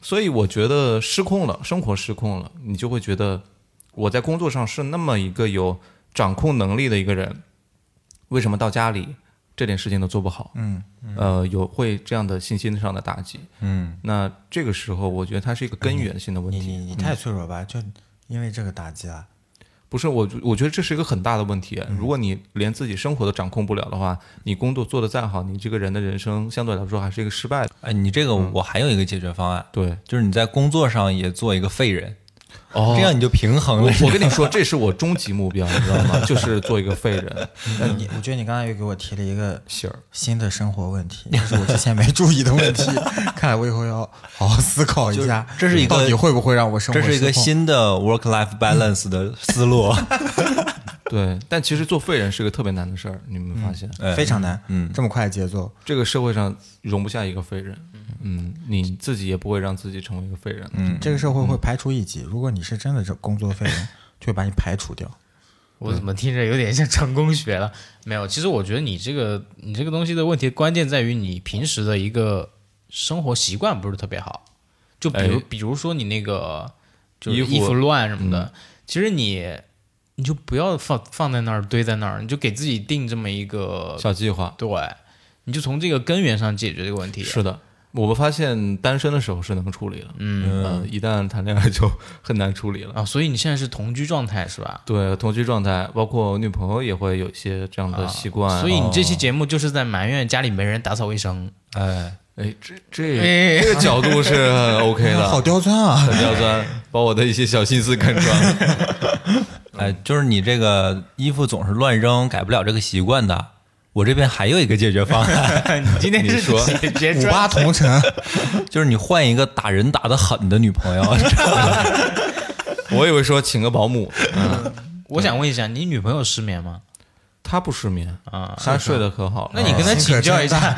所以我觉得失控了，生活失控了，你就会觉得我在工作上是那么一个有掌控能力的一个人，为什么到家里这点事情都做不好？嗯，呃，有会这样的信心上的打击。嗯，那这个时候，我觉得它是一个根源性的问你题，你你太脆弱吧，就因为这个打击啊。不是我，我觉得这是一个很大的问题。如果你连自己生活都掌控不了的话，你工作做得再好，你这个人的人生相对来说还是一个失败的。哎，你这个嗯我还有一个解决方案，对，就是你在工作上也做一个废人，哦这样你就平衡了我。我跟你说，这是我终极目标，你知道 吗？就是做一个废人。嗯那呃你我觉得你刚才又给我提了一个信儿，新的生活问题，就是我之前没注意的问 题。看来我以后要好好思考一下，这是一个到底会不会让我生活这是一个失控新的 work life balance 的思 路，对，但其实做废人是个特别难的事儿，你有没有发现？哎非常难，嗯这么快的节奏，这个社会上容不下一个废人，嗯，你自己也不会让自己成为一个废人。嗯，这个社会会排除异己。如果你是真的这工作废人，就会把你排除掉。我怎么听着有点像成功学了？没有，其实我觉得你这个你这个东西的问题关键在于你平时的一个生活习惯不是特别好，就比如、哎比如说你那个就是衣服嗯衣服乱什么的，其实你你就不要放放在那儿堆在那儿，你就给自己定这么一个小计划。对，你就从这个根源上解决这个问题。是的，我们发现单身的时候是能处理的，嗯、呃，一旦谈恋爱就很难处理了。啊，所以你现在是同居状态是吧？对，同居状态，包括女朋友也会有一些这样的习惯。啊哦所以你这期节目就是在埋怨家里没人打扫卫生。哎，哎，这这这个角度是很 OK 的，好刁钻啊！很刁钻，把我的一些小心思看穿了。 哎，就是你这个衣服总是乱扔，改不了这个习惯的。我这边还有一个解决方案， 哎 你今天是你说解决五专八同城，就是你换一个打人打得狠的女朋友。 我以为说请个保姆， 我想问一下，你女朋友失眠吗？她不失眠啊，她睡得可好了。那你跟她请教一下，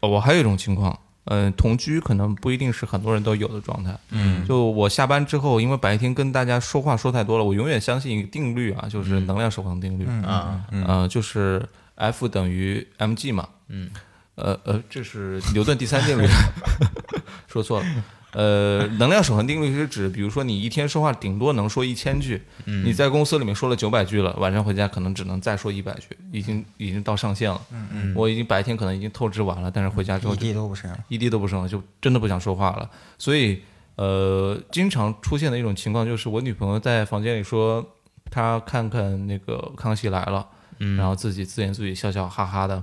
我还有一种情况，嗯、同居可能不一定是很多人都有的状态。嗯，就我下班之后，因为白天跟大家说话说太多了，我永远相信一个定律啊，就是能量守恒定律。嗯，啊，呃，就是 F 等于 mg 嘛。嗯，呃呃，这是牛顿第三定律， 说错了。呃，能量守恒定律是指，比如说你一天说话顶多能说一千句，你在公司里面说了九百句了，晚上回家可能只能再说一百句，已经已经到上限了。嗯嗯，我已经白天可能已经透支完了，但是回家之后一就地都不剩。一滴都不剩了，就真的不想说话了。所以，呃，经常出现的一种情况就是，我女朋友在房间里说她看看那个《康熙来了》嗯然后自己自言自语，笑笑哈哈的，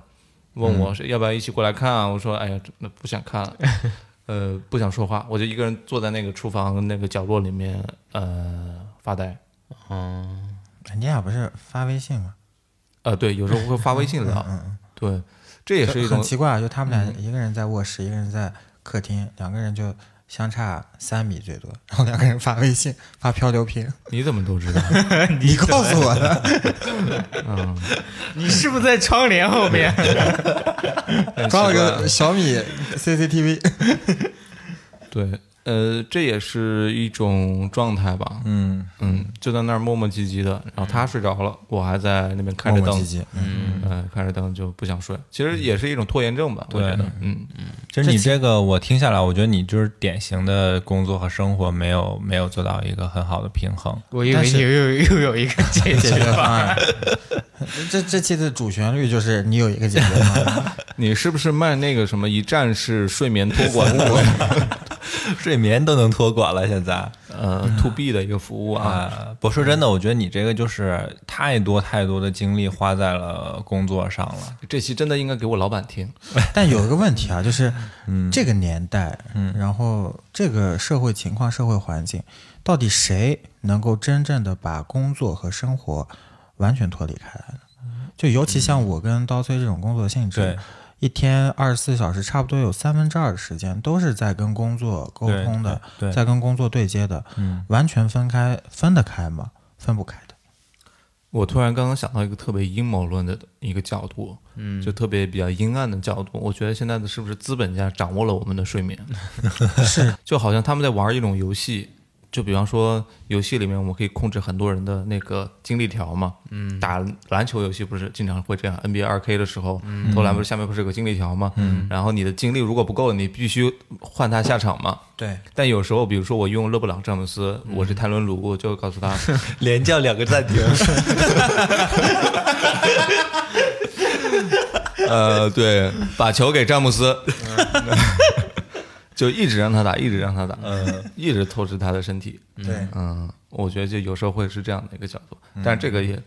问我是要不要一起过来看啊？我说，哎呀，真的不想 看了，呃，不想说话，我就一个人坐在那个厨房那个角落里面，呃，发呆。你俩不是发微信吗？呃，对，有时候会发微信嗯聊，对，这也是一很种嗯奇怪，啊就他们俩一个人在卧室，一个人在客厅，两个人就相差三米最多，然后两个人发微信发漂流瓶，你怎么都 知道？你告诉 我的。 你是不是在窗帘后面？装啊了个小米 CCTV，对，呃，这也是一种状态吧，嗯。嗯，嗯，就在那儿磨磨唧唧的，然后他睡着了，我还在那边看着嗯磨灯磨，唧唧。嗯，呃，看着灯就不想睡，其实也是一种拖延症吧，我对觉得，嗯，就是你这个我听下来，我觉得你就是典型的工作和生活没有没有做到一个很好的平衡。 我以为但是又又又有一个解解决决方方案案，啊 这这期的主旋律就是你有一个解决方案，你是不是卖那个什么一站式睡眠托管 的睡眠都能托管了，现啊在呃 to B 的一个服务啊？啊，不说真的，我觉得你这个就是太多太多的精力花在了工作上了。这期真的应该给我老板听，但有一个问题啊，就是嗯这个年代，然后这个社会情况、社会环境，到底谁能够真正的把工作和生活完全脱离开来呢？就尤其像我跟刀崔这种工作性质嗯对，一天二十四小时，差不多有三分之二的时间都是在跟工作沟对通的，对对在跟工作对接的，嗯完全分开分得开吗？分不开 的。我突然刚刚想到一个特别阴谋论的一个角度，嗯，就特别比较阴暗的角度。我觉得现在的是不是资本家掌握了我们的 睡眠？是， 就好像他们在玩一种游戏，就比方说游戏里面我们可以控制很多人的那个精力条嘛，嗯，打篮球游戏不是经常会这样？NBA 二 K 的时候，嗯投篮不是下面不是有个精力条嘛，嗯，然后你的精力如果不够，你必须换他下场嘛。对，但有时候，比如说我用勒布朗詹姆斯，我是泰伦卢，就告诉他， 连叫两个暂停，呃，对，把球给詹姆斯，嗯就一直让他打，一直让他打，一直透支他的身体。对，嗯，我觉得就有时候会是这样的一个角度，但是这个也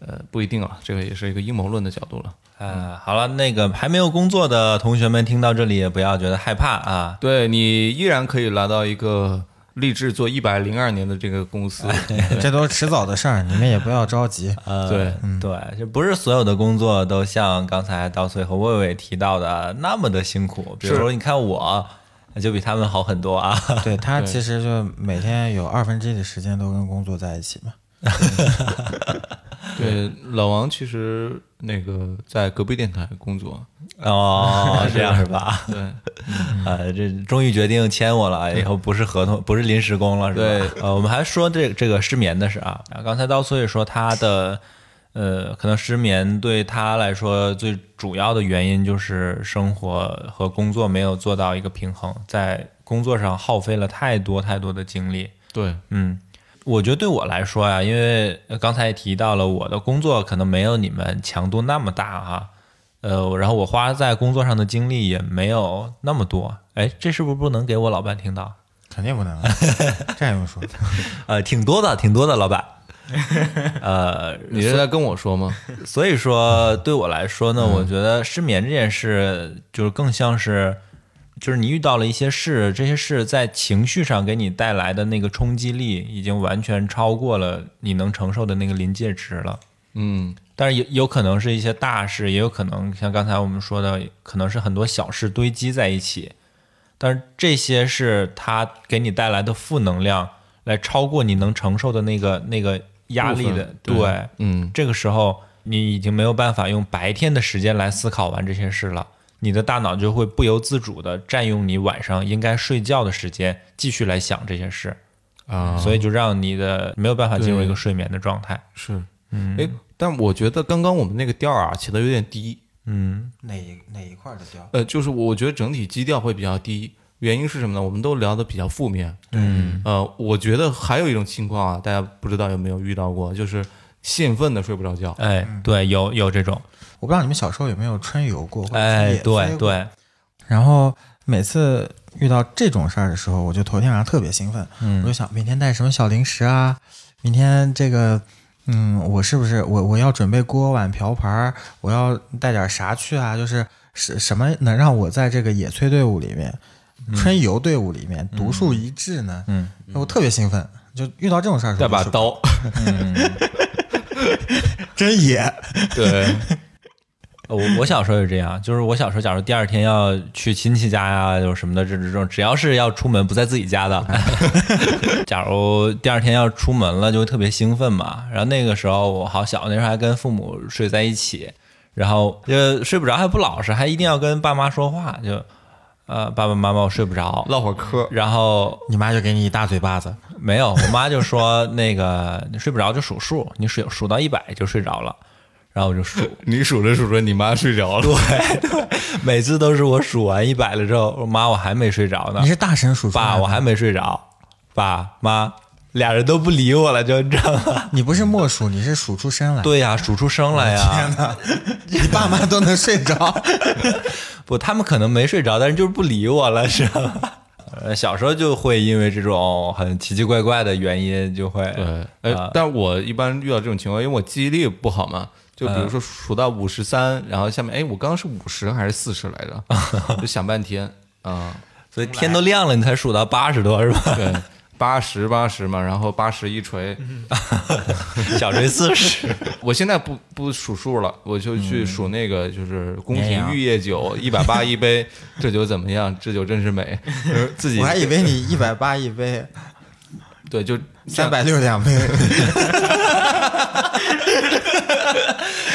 呃不一定啊，这个也是一个阴谋论的角度了。呃，好了，那个还没有工作的同学们听到这里也不要觉得害怕啊。对你依然可以拿到一个立志做一百零二年的这个公司，这都是迟早的事儿，你们也不要着急。呃，对对，就不是所有的工作都像刚才刀穗和魏魏提到的那么的辛苦。比如说，你看我就比他们好很多啊。 对他其实就每天有二分之一的时间都跟工作在一起嘛。对老王其实那个在隔壁电台工作， 哦，这样是吧？对， 呃，这终于决定签我了，以后不是合同，不是临时工了，是吧？对呃，我们还说这这个失眠的事啊。啊刚才刀穗说他的，呃，可能失眠对他来说最主要的原因就是生活和工作没有做到一个平衡，在工作上耗费了太多太多的精力。对，嗯，我觉得对我来说呀、因为呃刚才也提到了我的工作可能没有你们强度那么大啊，呃，然后我花在工作上的精力也没有那么多。哎，这是不是不能给我老板听到？ 肯定不能，啊 这还用说？呃，挺多的，挺多的，老板。 呃，你是在跟我说吗？所以说，对我来说嗯呢，我觉得失眠这件事，就是更像是，就是你遇到了一些事，这些事在情绪上给你带来的那个冲击力，已经完全超过了你能承受的那个临界值了。嗯，但是有有可能是一些大事，也有可能像刚才我们说的，可能是很多小事堆积在一起。但是这些是它给你带来的负能量，来超过你能承受的那个那个压力的。部分对对嗯，这个时候你已经没有办法用白天的时间来思考完这些事了，你的大脑就会不由自主的占用你晚上应该睡觉的时间，继续来想这些事，啊，所以就让你的没有办法进入对一个睡眠的状态。是，嗯，哎，但我觉得刚刚我们那个调儿啊起的有点低，嗯哪一哪一块的调？呃，就是我觉得整体基调会比较低，原因是什么呢？我们都聊的比较负面。嗯呃，我觉得还有一种情况啊，大家不知道有没有遇到过，就是兴奋的睡不着觉。哎，对，有有这种，我不知道你们小时候有没有春游过？或者是哎，野对飞过。 对，然后每次遇到这种事儿的时候，我就头天晚上特别兴奋，我嗯就想明天带什么小零食啊？明天这个，嗯，我是不是我我要准备锅碗瓢盆儿？我要带点啥去啊？就是什什么能让我在这个野炊队伍里面、春游队伍里面独树一帜呢？嗯，我特别兴奋，就遇到这种事儿的时带候把就是，刀， 嗯真野， 对，呃我我小时候也这样，就是我小时候，假如第二天要去亲戚家呀，有什么的这这种，只要是要出门不在自己家的，假如第二天要出门了，就会特别兴奋嘛。然后那个时候我好小，那时候还跟父母睡在一起，然后呃睡不着还不老实，还一定要跟爸妈说话，就呃爸爸妈妈我睡不着，唠会儿嗑儿。然后你妈就给你一大嘴巴子。没有，我妈就说那个你睡不着就数数，你数数到一百就睡着了，然后我就 数，你数着数着，你妈睡着了。每次都是我数完一百了之后，我妈我还没睡着呢你，是大神啊数出来爸的我还没睡着，爸妈俩人都不理我了，就这 样。你不是默数，你是数出声来。对呀、数出声来呀。你爸妈都能睡着，不，他们可能没睡着，但是就是不理我了，知道吧？ 呃，小时候就会因为这种很奇奇怪怪的原因，就会呃对，哎，但我一般遇到这种情况，因为我记忆力不好嘛，就比如说数到五十三，然后下面，哎，我刚刚是五十还是四十来 着？就想半天 啊。所以天都亮了，你才数到八十多是吧？对，八十八十嘛，然后八十一锤。小锤四十。我现在不不数数了，我就去数那个就是宫廷玉液酒一百八一杯，这酒怎么样？这酒真是美。 呃自己我还以为你一百八一杯，对，就三百六两杯。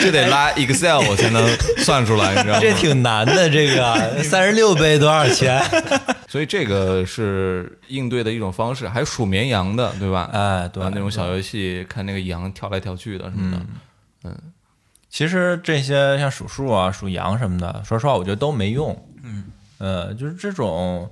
这得拉 Excel 我才能算出来，你知道这吗？挺难的，这个三十六杯多少钱？所以这个是应对的一种方式，还有数绵羊的，对吧？哎，对玩，那种小游戏，看那个羊跳来跳去的什么的。其实这些像数数啊、数羊什么的，说实话，我觉得都没用。嗯，呃，就是这种，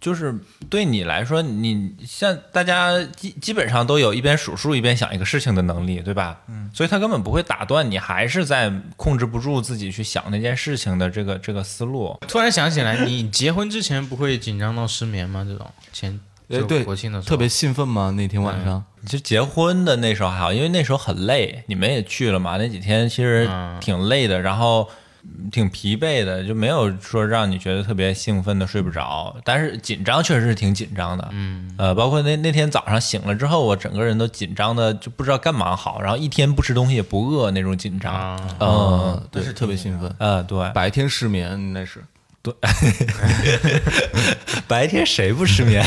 就是对你来说，你像大家基基本上都有一边数数一边想一个事情的能力，对吧？嗯，所以他根本不会打断你，还是在控制不住自己去想那件事情的这个这个思路。 突然想起来，你结婚之前不会紧张到失眠吗？这种前哎就对国庆的时候特别兴奋吗？那天晚上，其实结婚的那时候还好，因为那时候很累，你们也去了嘛，那几天其实嗯挺累的，然后嗯挺疲惫的，就没有说让你觉得特别兴奋的睡不着，但是紧张确实是挺紧张的，嗯，呃，包括那那天早上醒了之后，我整个人都紧张的就不知道干嘛好，然后一天不吃东西也不饿那种紧张，啊、啊，嗯，对，特别兴奋。呃，对，白天失眠那是，白天谁不 失眠？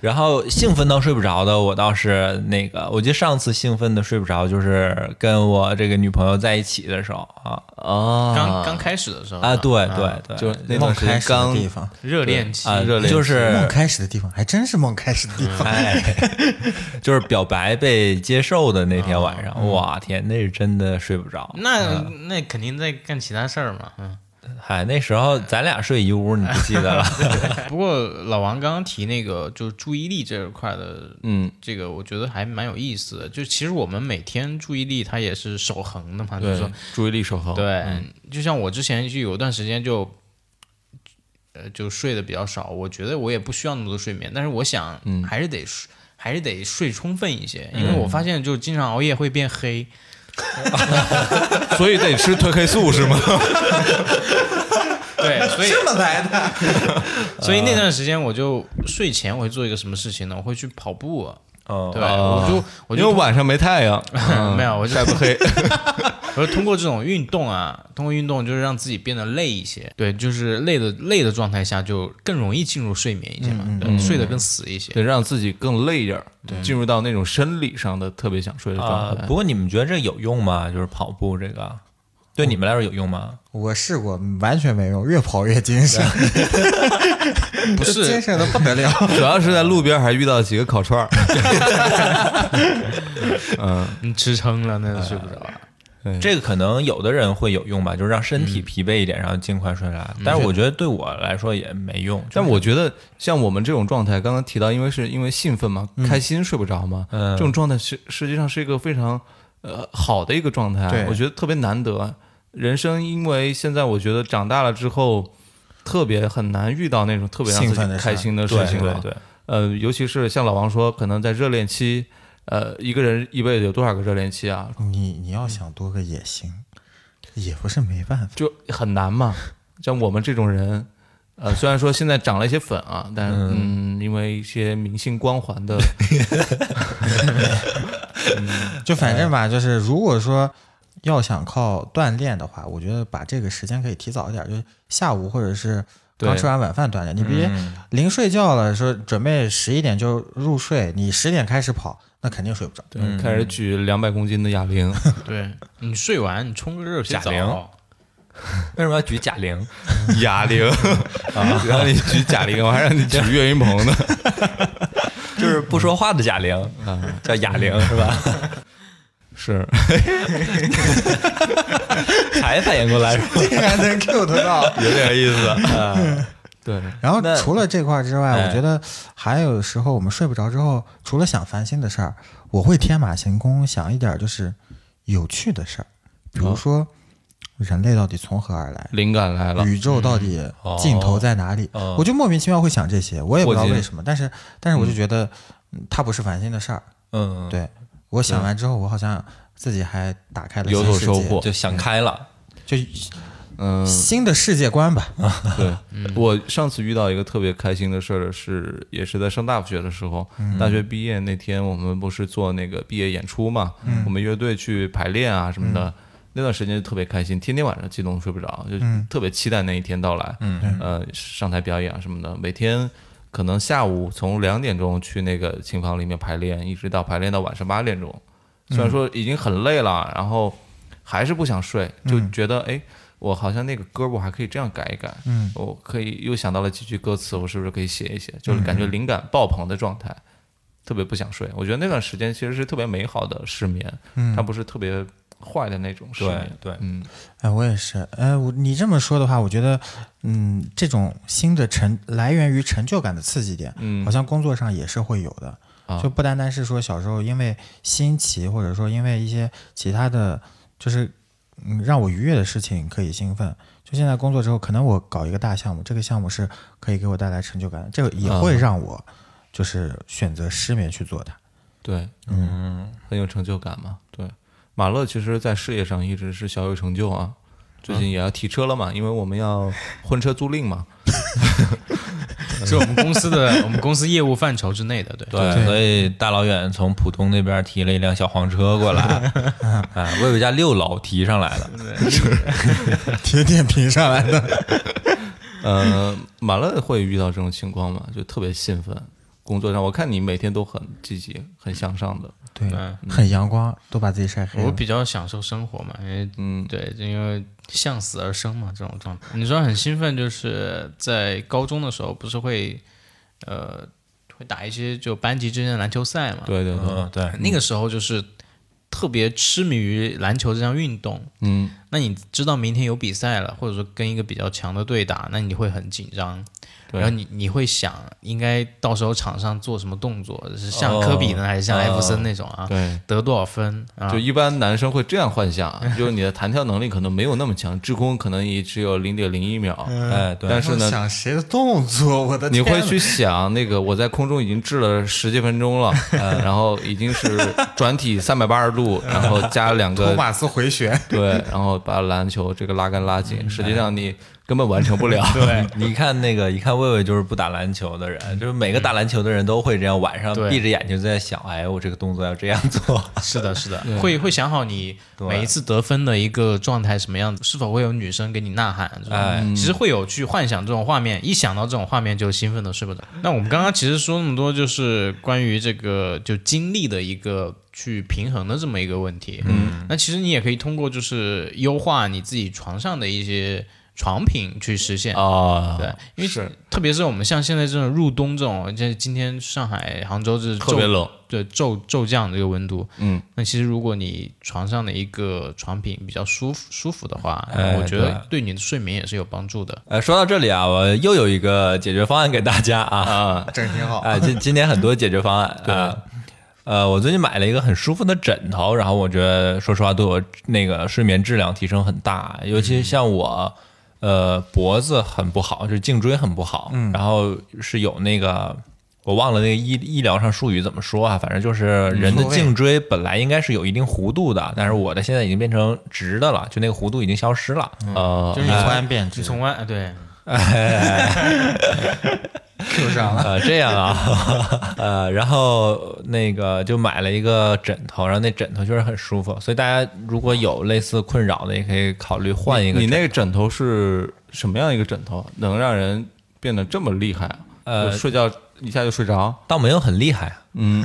然后兴奋到睡不着的，我倒是那个，我记得上次兴奋的睡不着，就是跟我这个女朋友在一起的时候啊哦，刚刚开始的时候啊，对对啊对，就是那 段梦时开间始的刚地方，热恋期啊，热恋就是梦开始的地方，还真是梦开始的地方。哎， 就是表白被接受的那天啊晚上，哇天，那是真的睡不着。那那肯定在干其他事儿嘛，嗯，嗨，那时候咱俩睡一屋，你不记得了？ 不过老王刚刚提那个就是注意力这一块的，嗯，这个我觉得还蛮有意思的。就其实我们每天注意力它也是守恒的嘛，就是对， 说哦嗯注意力守恒，对，，就像我之前就有段时间就，呃，就睡得比较少，我觉得我也不需要那么多睡眠，但是我想嗯还是得睡，还是得睡充分一些，因为我发现就经常熬夜会变黑，所以得吃褪黑素是吗？对，所以这么来的， 所以那啊段时间我就睡前我会做一个什么事情呢？我会去跑步，啊嗯，对，我就我哦因为就晚上没太阳，嗯没有我就晒不黑。 我是通过这种运动啊，通过运动就是让自己变得累一些，对，就是累的累的状态下就更容易进入睡眠一些嘛，对睡得更死一些。 得让自己更累一点儿，进入到那种生理上的特别想睡的啊状态。，不过你们觉得这有用吗？就是跑步这个，对你们来说有用吗？我试过，完全没用，越跑越精神，不是精神的不得了。 主要是在路边还遇到几个烤串儿，你吃撑了，那就睡不着了。这个可能有的人会有用吧，就是让身体疲惫一点，然后尽快睡来。但是我觉得对我来说也没用。但我觉得像我们这种状态，刚刚提到，因为是因为兴奋嘛，开心睡不着嘛，嗯这种状态是实际上是一个非常呃好的一个状态啊对，我觉得特别难得。啊人生因为现在我觉得长大了之后，特别很难遇到那种特别让兴自奋的己事儿开心的事对情了。对对，呃，尤其是像老王说，可能在热恋期，呃，一个人一辈子有多少个热恋期啊？你你要想多个也行，也不是没办法。就很难嘛。像我们这种人，呃，虽然说现在长了一些粉啊，但是嗯因为一些明星光环的就反正吧，就是如果说要想靠锻炼的话，我觉得把这个时间可以提早一点，就是下午或者是刚对吃完晚饭锻炼。你嗯别临睡觉了，说准备十一点就入睡，你十点开始跑，那肯定睡不着。对开始举两百公斤的哑铃，对你睡完，你冲个热水贾澡，玲为什么要举哑 铃？哑 铃啊，让你举哑铃，我还让你 举岳云鹏呢。就是不说话的哑铃，叫哑铃是吧？是，才反应过来，啊竟然能 Q 得到。 有点意 思。对， 然后除了这块儿之外，哎我觉得还有时候我们睡不着之后，除了想烦心的事儿，我会天马行空想一点儿就是有趣的事儿，比如说人类到底从何哦而来，灵感来了。宇宙到底尽头在哪里？哦我就莫名其妙会想这些，我也不知道霍金为什么。但是，但是我就觉得，嗯它不是烦心的事儿。嗯，，对我想完之后，我好像自己还打开了有新所世收界获就想开了。就嗯，新的世界观吧。 对，我上次遇到一个特别开心的事儿是，也是在上大学的时候，大学毕业那天，我们不是做那个毕业演出嘛，我们乐队去排练啊什么的，那段时间就特别开心，天天晚上激动得睡不着，就特别期待那一天到来。嗯，呃，上台表演啊什么的，每天可能下午从两点钟去那个琴房里面排练，一直到排练到晚上八点钟，虽然说已经很累了，然后还是不想睡，就觉得哎。诶我好像那个歌我还可以这样改一改，嗯，我可以又想到了几句歌词，我是不是可以写一写？就是感觉灵感爆棚的状态，特别不想睡。我觉得那段时间其实是特别美好的失眠，嗯它不是特别坏的那种失对眠。对，嗯，哎，我也是。哎，我你这么说的话，我觉得，嗯，这种新的成来源于成就感的刺激点，嗯好像工作上也是会有的。啊就不单单是说小时候因为新奇，或者说因为一些其他的，就是嗯让我愉悦的事情可以兴奋。就现在工作之后，可能我搞一个大项目，这个项目是可以给我带来成就感的，这个也会啊让我就是选择失眠去做它。对，嗯，很有成就感嘛。对，马乐其实在事业上一直是小有成就啊，最近也要提车了嘛，因为我们要婚车租赁嘛。 是我们公司的我们公司业务范畴之内的，对。对，所以大老远从浦东那边提了一辆小黄车过 来，啊，魏伟家六楼提上来的，贴点评上来的，呃，马乐会遇到这种情况嘛，就特别兴奋。工作上，我看你每天都很积极、很向上的。 对，嗯很阳光，都把自己晒黑我了。比较享受生活嘛，因为啊嗯，对，就因为向死而生嘛，这种状态。你说很兴奋，就是在高中的时候，不是会呃会打一些就班级之间的篮球赛嘛？对对对，嗯，对，那个时候就是特别痴迷于篮球这项运动，嗯，那你知道明天有比赛了，或者说跟一个比较强的对打，那你会很紧张，对然后你你会想应该到时候场上做什么动作，是像哦科比呢，还是像哦艾弗森那种啊？对。得多少分啊就？一般男生会这样幻想，啊就是你的弹跳能力可能没有那么强，制空可能也只有零点零一秒，哎，对，但是呢，想谁的动作？我的你天会呐去想那个我在空中已经掷了十几分钟了，哎然后已经是转体三百八十度，然后加两托个马斯回旋？ 对，然后把篮球这个拉杆拉紧，实际上你根本完成不了。对， 你看那个，一看魏魏就是不打篮球的人，就是每个打篮球的人都会这样，晚上嗯对闭着眼睛在想，哎，我这个动作要这样做。 是的，是的，会会想好你对每一次得分的一个状态什么样子，是否会有女生给你呐喊，这种哎其实会有去幻想这种画面，一想到这种画面就兴奋的睡不着。那我们刚刚其实说那么多，就是关于这个就精力的一个去平衡的这么一个问题。嗯，那其实你也可以通过就是优化你自己床上的一些床品去实现。啊，对，因为是特别是我们像现在这种入冬这种，就是今天上海、杭州这特别骤冷，对骤骤降这个温度，嗯，那其实如果你床上的一个床品比较舒服舒服的话，哎我觉得对你的睡眠也是有帮助的。呃，说到这里啊，我又有一个解决方案给大家啊，啊，这挺好。啊，今今年很多解决方案。啊，呃，我最近买了一个很舒服的枕头，然后我觉得说实话对我那个睡眠质量提升很大，尤其像我。呃，脖子很不好，就是颈椎很不好，然后是有那个我忘了那个医医疗上术语怎么说啊，反正就是人的错位颈椎本来应该是有一定弧度的，但是我的现在已经变成直的了，就那个弧度已经消失了。呃就是你突然变你直，从外啊对， Q 上了。呃，这样啊，呃，然后那个就买了一个枕头，然后那枕头确实很舒服，所以大家如果有类似困扰的，也可以考虑换一个你枕。那个枕头是什么样一个枕头，能让人变得这么厉害啊？呃就睡觉一下就睡着？倒没有很厉害啊，嗯，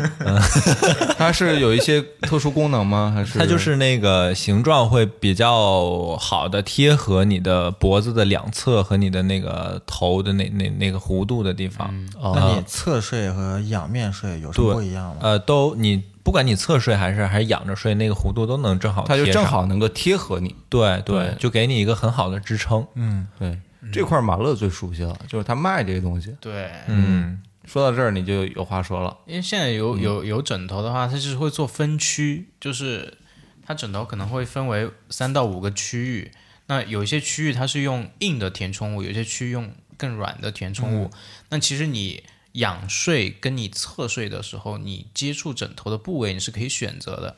它是有一些特殊功能 吗？还是它就是那个形状会比较好的贴合你的脖子的两侧和你的那个头的那那那个弧度的地方。嗯哦哎那你侧睡和仰面睡有什么不一样吗？呃，都你不管你侧睡还是还是仰着睡，那个弧度都能正好贴它上，就正好能够贴合你。对对对，就给你一个很好的支撑。嗯，对，这块马乐最熟悉了，就是他卖这个东西。 对，嗯说到这儿，你就有话说了。因为现在有有有枕头的话，它就是会做分区，就是它枕头可能会分为三到五个区域。那有一些区域它是用硬的填充物，有一些区域用更软的填充物。那其实你仰睡跟你侧睡的时候，你接触枕头的部位你是可以选择的。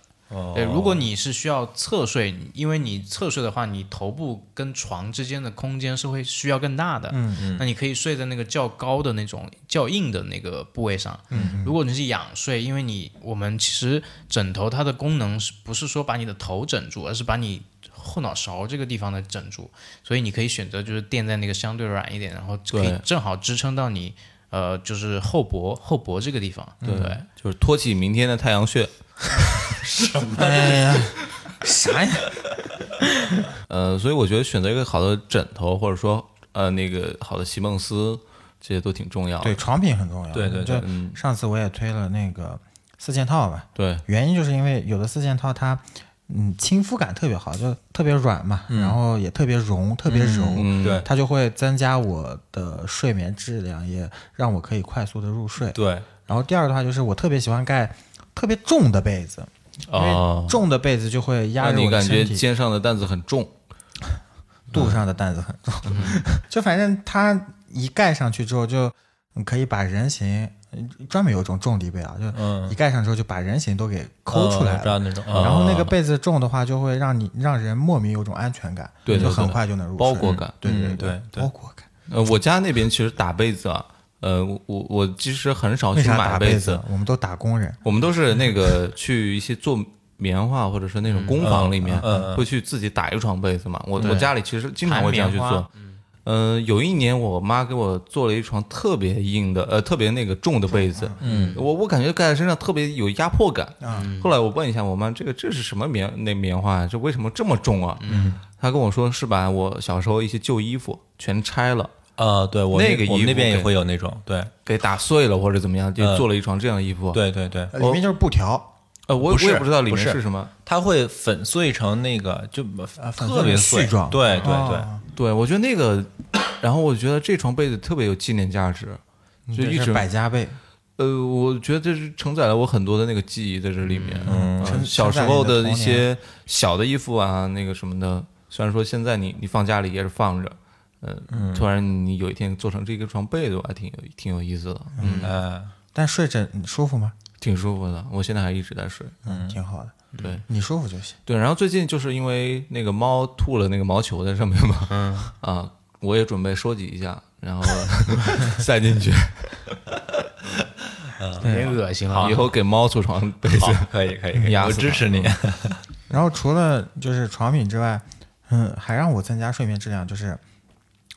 对，如果你是需要侧睡，因为你侧睡的话，你头部跟床之间的空间是会需要更大的。嗯嗯，那你可以睡在那个较高的那种较硬的那个部位上。嗯，如果你是仰睡，因为你我们其实枕头它的功能是不是说把你的头枕住，而是把你后脑勺这个地方的枕住，所以你可以选择就是垫在那个相对软一点，然后可以对正好支撑到你呃就是后脖后脖这个地方。对不对。就是托起明天的太阳 穴。哎呀，啥呀？ 呃，所以我觉得选择一个好的枕头，或者说呃那个好的席梦思，这些都挺重要的。嗯对，床品很重要。对对对就上次我也推了那个四件套吧，对原因就是因为有的四件套它，嗯，亲肤感特别好，就特别软嘛，然后也特别绒，特别柔，嗯对它就会增加我的睡眠质量，也让我可以快速的入睡。对，然后第二的话就是我特别喜欢盖特别重的被子，因哦为重的被子就会压让着你我的感觉身体。肩上的担子很重。肚上的担子很重，嗯 就反正它一盖上去之后，就你可以把人形，嗯专门有一种重力被啊，嗯就一盖上之后就把人形都给抠出哦来嗯呃知道了。那种。然后那个被子重的话，就会让你让人莫名有种安全感，对对就很对快就能入包睡裹感对对嗯对对包裹感。呃，我家那边其实打被子啊，呃，我我我其实很少为哦去啥买打被啊子，？我们都打工人，我们都是那个去一些做棉花或者是那种工坊里面嗯嗯嗯嗯会去自己打一床被子嘛。我我家里其实经常弹会这样去棉花做。嗯，有一年我妈给我做了一床特别硬的，呃，特别那个重的被啊子，嗯，我我感觉盖在身上特别有压迫感。后来我问一下我妈，这个这是什么棉那棉花啊？这为什么这么重啊？嗯，她跟我说是把我小时候一些旧衣服全拆了。呃，对我那个我们那衣服边也给会有那种，对嗯给打碎了或者怎么样，就做了一床这样的衣服。对对对，呃里面就是布条，呃，我不是我也不知道里面不是是什么。它会粉碎成那个就粉碎特别成碎絮状对对对哦对，我觉得那个，然后我觉得这床被子特别有纪念价值，就这一是直百家被，呃，我觉得这是承载了我很多的那个记忆在这里面。嗯呃承小时承载候你的的一童些小的衣服啊，那个什么的，虽然说现在你你放家里也是放着，呃、嗯，突然你有一天做成这个床被子，我还挺有挺有意思的，嗯，呃，但睡着你舒服吗？挺舒服的。我现在还一直在睡。嗯，挺好的，对你舒服就行。对，然后最近就是因为那个猫吐了那个毛球在上面嘛，嗯 啊，我也准备收集一下，然后 塞进 去，嗯有点恶心了以。后给猫做床被子好。，可以可以可以，压我死支它持你。然后除了就是床品之外，嗯，还让我增加睡眠质量，就是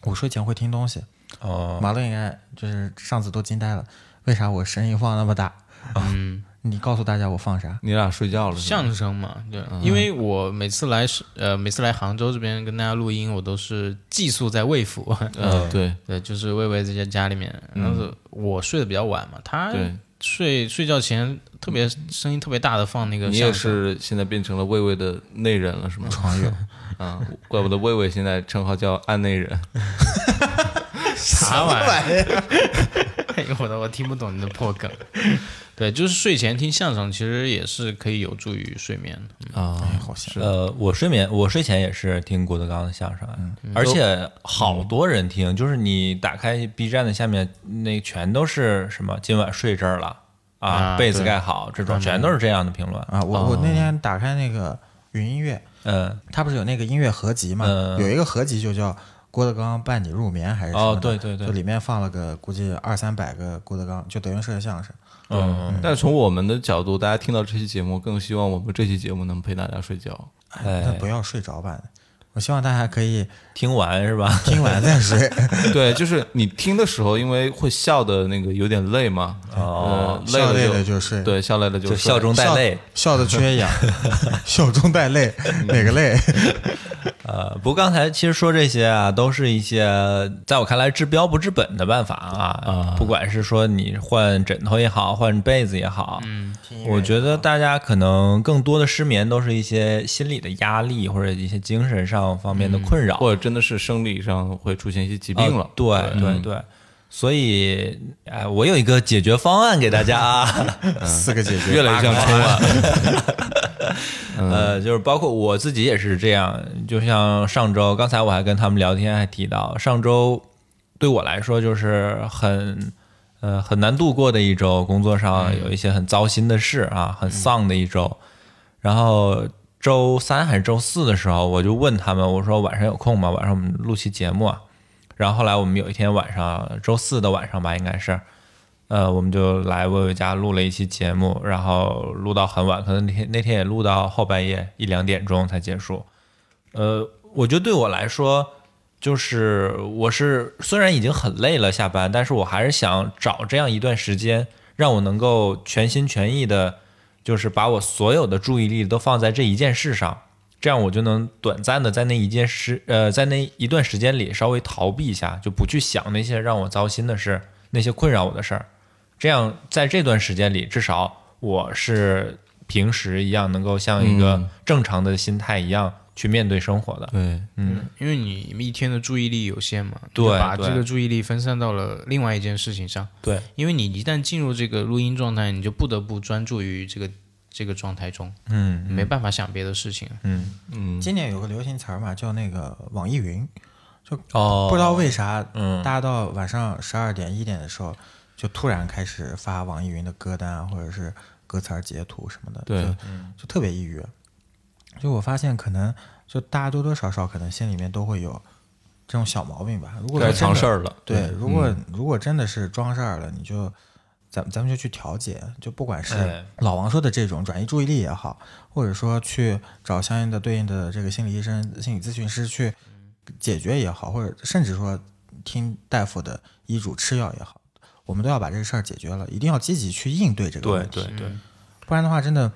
我睡前会听东西。哦，马乐应该就是上次都惊呆了，为啥我声音放那么大？嗯， 你告诉大家我放啥？你俩睡觉了是吧？相声嘛，对，嗯因为我每次来是呃，每次来杭州这边跟大家录音，我都是寄宿在魏府，嗯，对 嗯对，就是魏巍在家家里面，然后我睡得比较晚嘛，他对。睡睡觉前特别声音特别大的放那个，你也，是现在变成了魏魏的内人了，是吗？床友， 啊，怪不得魏魏现在称号叫暗内人。啥玩意儿？ 哎呦我的，我听不懂你的破梗。 对，就是睡前听相声，其实也是可以有助于睡眠的。啊，哎好像呃，我睡眠，我睡前也是听郭德纲的相声，而且好多人听，就是你打开 B 站的下面那全都是什么今晚睡这儿了啊，啊被子盖好这种，全都是这样的评论。啊，我我那天打开那个云音乐，嗯，它不是有那个音乐合集嘛？嗯有一个合集就叫《郭德纲伴你入眠》还是什么哦的？对对对就里面放了个估计二三百个郭德纲，就德云社的相声。嗯，但是从我们的角度，大家听到这期节目，更希望我们这期节目能陪大家睡觉。哎那不要睡着吧。我希望大家可以听完是吧？听完再睡， 对，就是你听的时候，因为会笑的那个有点累嘛，哦呃，累笑累了了就 就睡对，笑累了就就睡笑中带泪。笑的缺氧， 笑中带泪，哪个泪？呃，不过刚才其实说这些啊，都是一些在我看来治标不治本的办法啊。不管是说你换枕头也好，换被子也好，嗯，我觉得大家可能更多的失眠都是一些心理的压力或者一些精神上方面的困扰，嗯或者真的是生理上会出现一些疾病了嗯呃。对对对，所以哎，我有一个解决方案给大家啊。四个解决，越来越像春晚， 嗯呃，就是包括我自己也是这样，就像上周，刚才我还跟他们聊天，还提到上周对我来说就是很呃很难度过的一周，工作上嗯有一些很糟心的事啊，很丧的一周。然后周三还是周四的时候，我就问他们，我说晚上有空吗？晚上我们录期节目啊。然后后来我们有一天晚上，周四的晚上吧，应该是，呃，我们就来薇薇家录了一期节目，然后录到很晚，可能那天那天也录到后半夜一两点钟才结束。呃，我觉得对我来说，就是我是虽然已经很累了下班，但是我还是想找这样一段时间，让我能够全心全意的，就是把我所有的注意力都放在这一件事上，这样我就能短暂的在那一件事，呃，在那一段时间里稍微逃避一下，就不去想那些让我糟心的事，那些困扰我的事儿。这样在这段时间里，至少我是平时一样能够像一个正常的心态一样去面对生活的。对，嗯，因为你一天的注意力有限嘛，对你就把对这个注意力分散到了另外一件事情上。对，因为你一旦进入这个录音状态，你就不得不专注于这个这个状态中，嗯没办法想别的事情。嗯，嗯，今年有个流行词儿嘛，叫那个网易云，哦不知道为啥，嗯大家到晚上十二点一点的时候，就突然开始发网易云的歌单啊，或者是歌词儿截图什么的，对就，就特别抑郁。就我发现，可能就大家多多少少可能心里面都会有这种小毛病吧。如果该真的藏事儿了。对，嗯如果、如果真的是装事儿了，你就咱咱们就去调解，就不管哎是老王说的这种转移注意力也好，或者说去找相应的对应的这个心理医生、心理咨询师去解决也好，或者甚至说听大夫的医嘱吃药也好，我们都要把这个事儿解决了，一定要积极去应对这个对问题，对对，不然的话真的，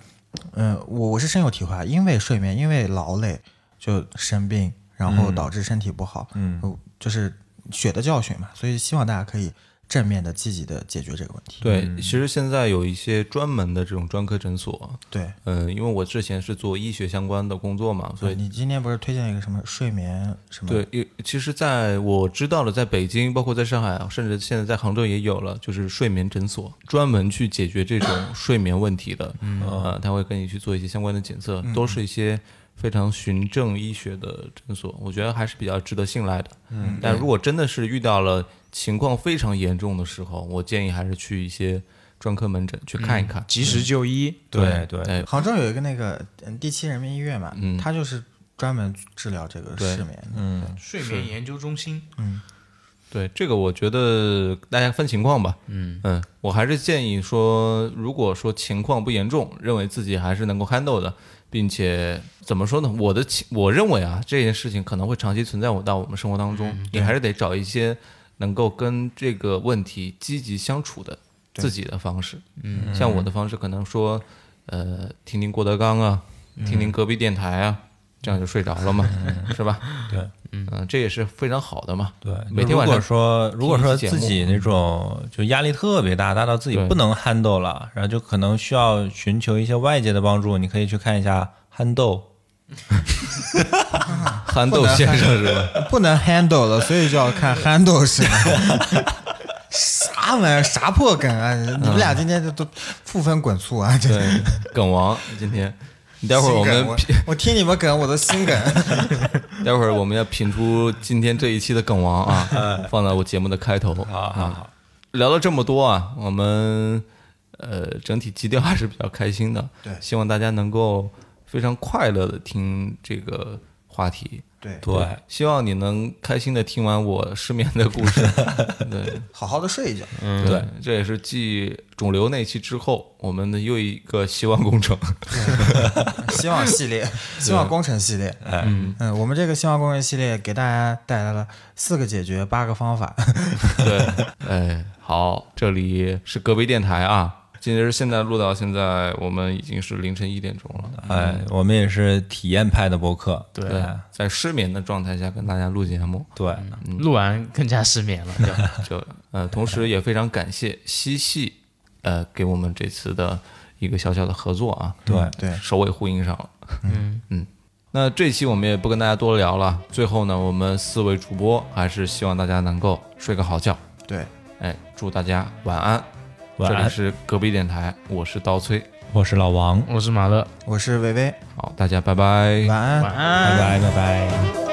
嗯、我我是深有体会啊，因为睡眠，因为劳累就生病，嗯然后导致身体不好，嗯呃就是血的教训嘛，所以希望大家可以正面的、积极的解决这个问题。对，其实现在有一些专门的这种专科诊所，对，嗯，因为我之前是做医学相关的工作嘛，所以啊你今天不是推荐一个什么睡眠什么？对，也其实在我知道的，在北京，包括在上海，甚至现在在杭州也有了，就是睡眠诊所，专门去解决这种睡眠问题的。嗯，呃，他会跟你去做一些相关的检测，都是一些非常循证医学的诊所，我觉得还是比较值得信赖的。嗯，但如果真的是遇到了情况非常严重的时候，我建议还是去一些专科门诊去看嗯一看。嗯及时就医。对对哎，杭州有一个那个嗯第七人民医院嘛，嗯它就是专门治疗这个失眠的。嗯，睡眠研究中心，对这个，我觉得大家分情况吧。嗯我还是建议说，如果说情况不严重，认为自己还是能够 handle 的，并且怎么说呢？我的情，我认为啊，这件事情可能会长期存在我到我们生活当中，嗯你还是得找一些能够跟这个问题积极相处的自己的方式。嗯，像我的方式可能说，呃，听听郭德纲啊，嗯听听隔壁电台啊。这样就睡着了嘛，是吧？对，嗯、这也是非常好的嘛。对，每天晚上如果说如果说听一期自节目己那种就压力特别大，大到自己对不能 handle 了，然后就可能需要寻求一些外界的帮助，你可以去看一下 handle。憨豆先生是吧？不能 handle 了，所以就 要看 handle 是吗？啥玩意儿？啥破梗啊！你们俩今天这都负分滚醋啊！这对，梗王今天，待会儿我新们梗品我听你们梗，我都心梗。 待会儿我们要品出今天这一期的梗王哎啊，放在我节目的开头啊。聊了这么多啊，我们呃整体基调还是比较开心的，对希望大家能够非常快乐的听这个话题。对，对，希望你能开心的听完我失眠的故事，对，好好的睡一觉。对，这也是继肿瘤那期之后，我们的又一个希望工程。希望系列， 希望工程系列。嗯嗯，我们这个希望工程系列给大家带来了四个解决八个方嗯法。对，哎，好，这里是隔壁电台啊。今实现在录到现在，我们已经是凌晨一点钟了。哎，我们也是体验派的博客。对嗯对，在失眠的状态下跟大家录节目，对，录完更加失眠了。就这呃，同时也非常感谢嬉戏，呃，给我们这次的一个小小的合作啊。对对，首尾呼应上了。嗯嗯，那这期我们也不跟大家多聊了。最后呢，我们四位主播还是希望大家能够睡个好觉。对，哎，祝大家晚安。晚这安里是隔壁电台，我是刀崔。我是嗯老王， 我是马乐，我是薇薇，好，大家拜拜。晚安。晚安拜拜拜拜。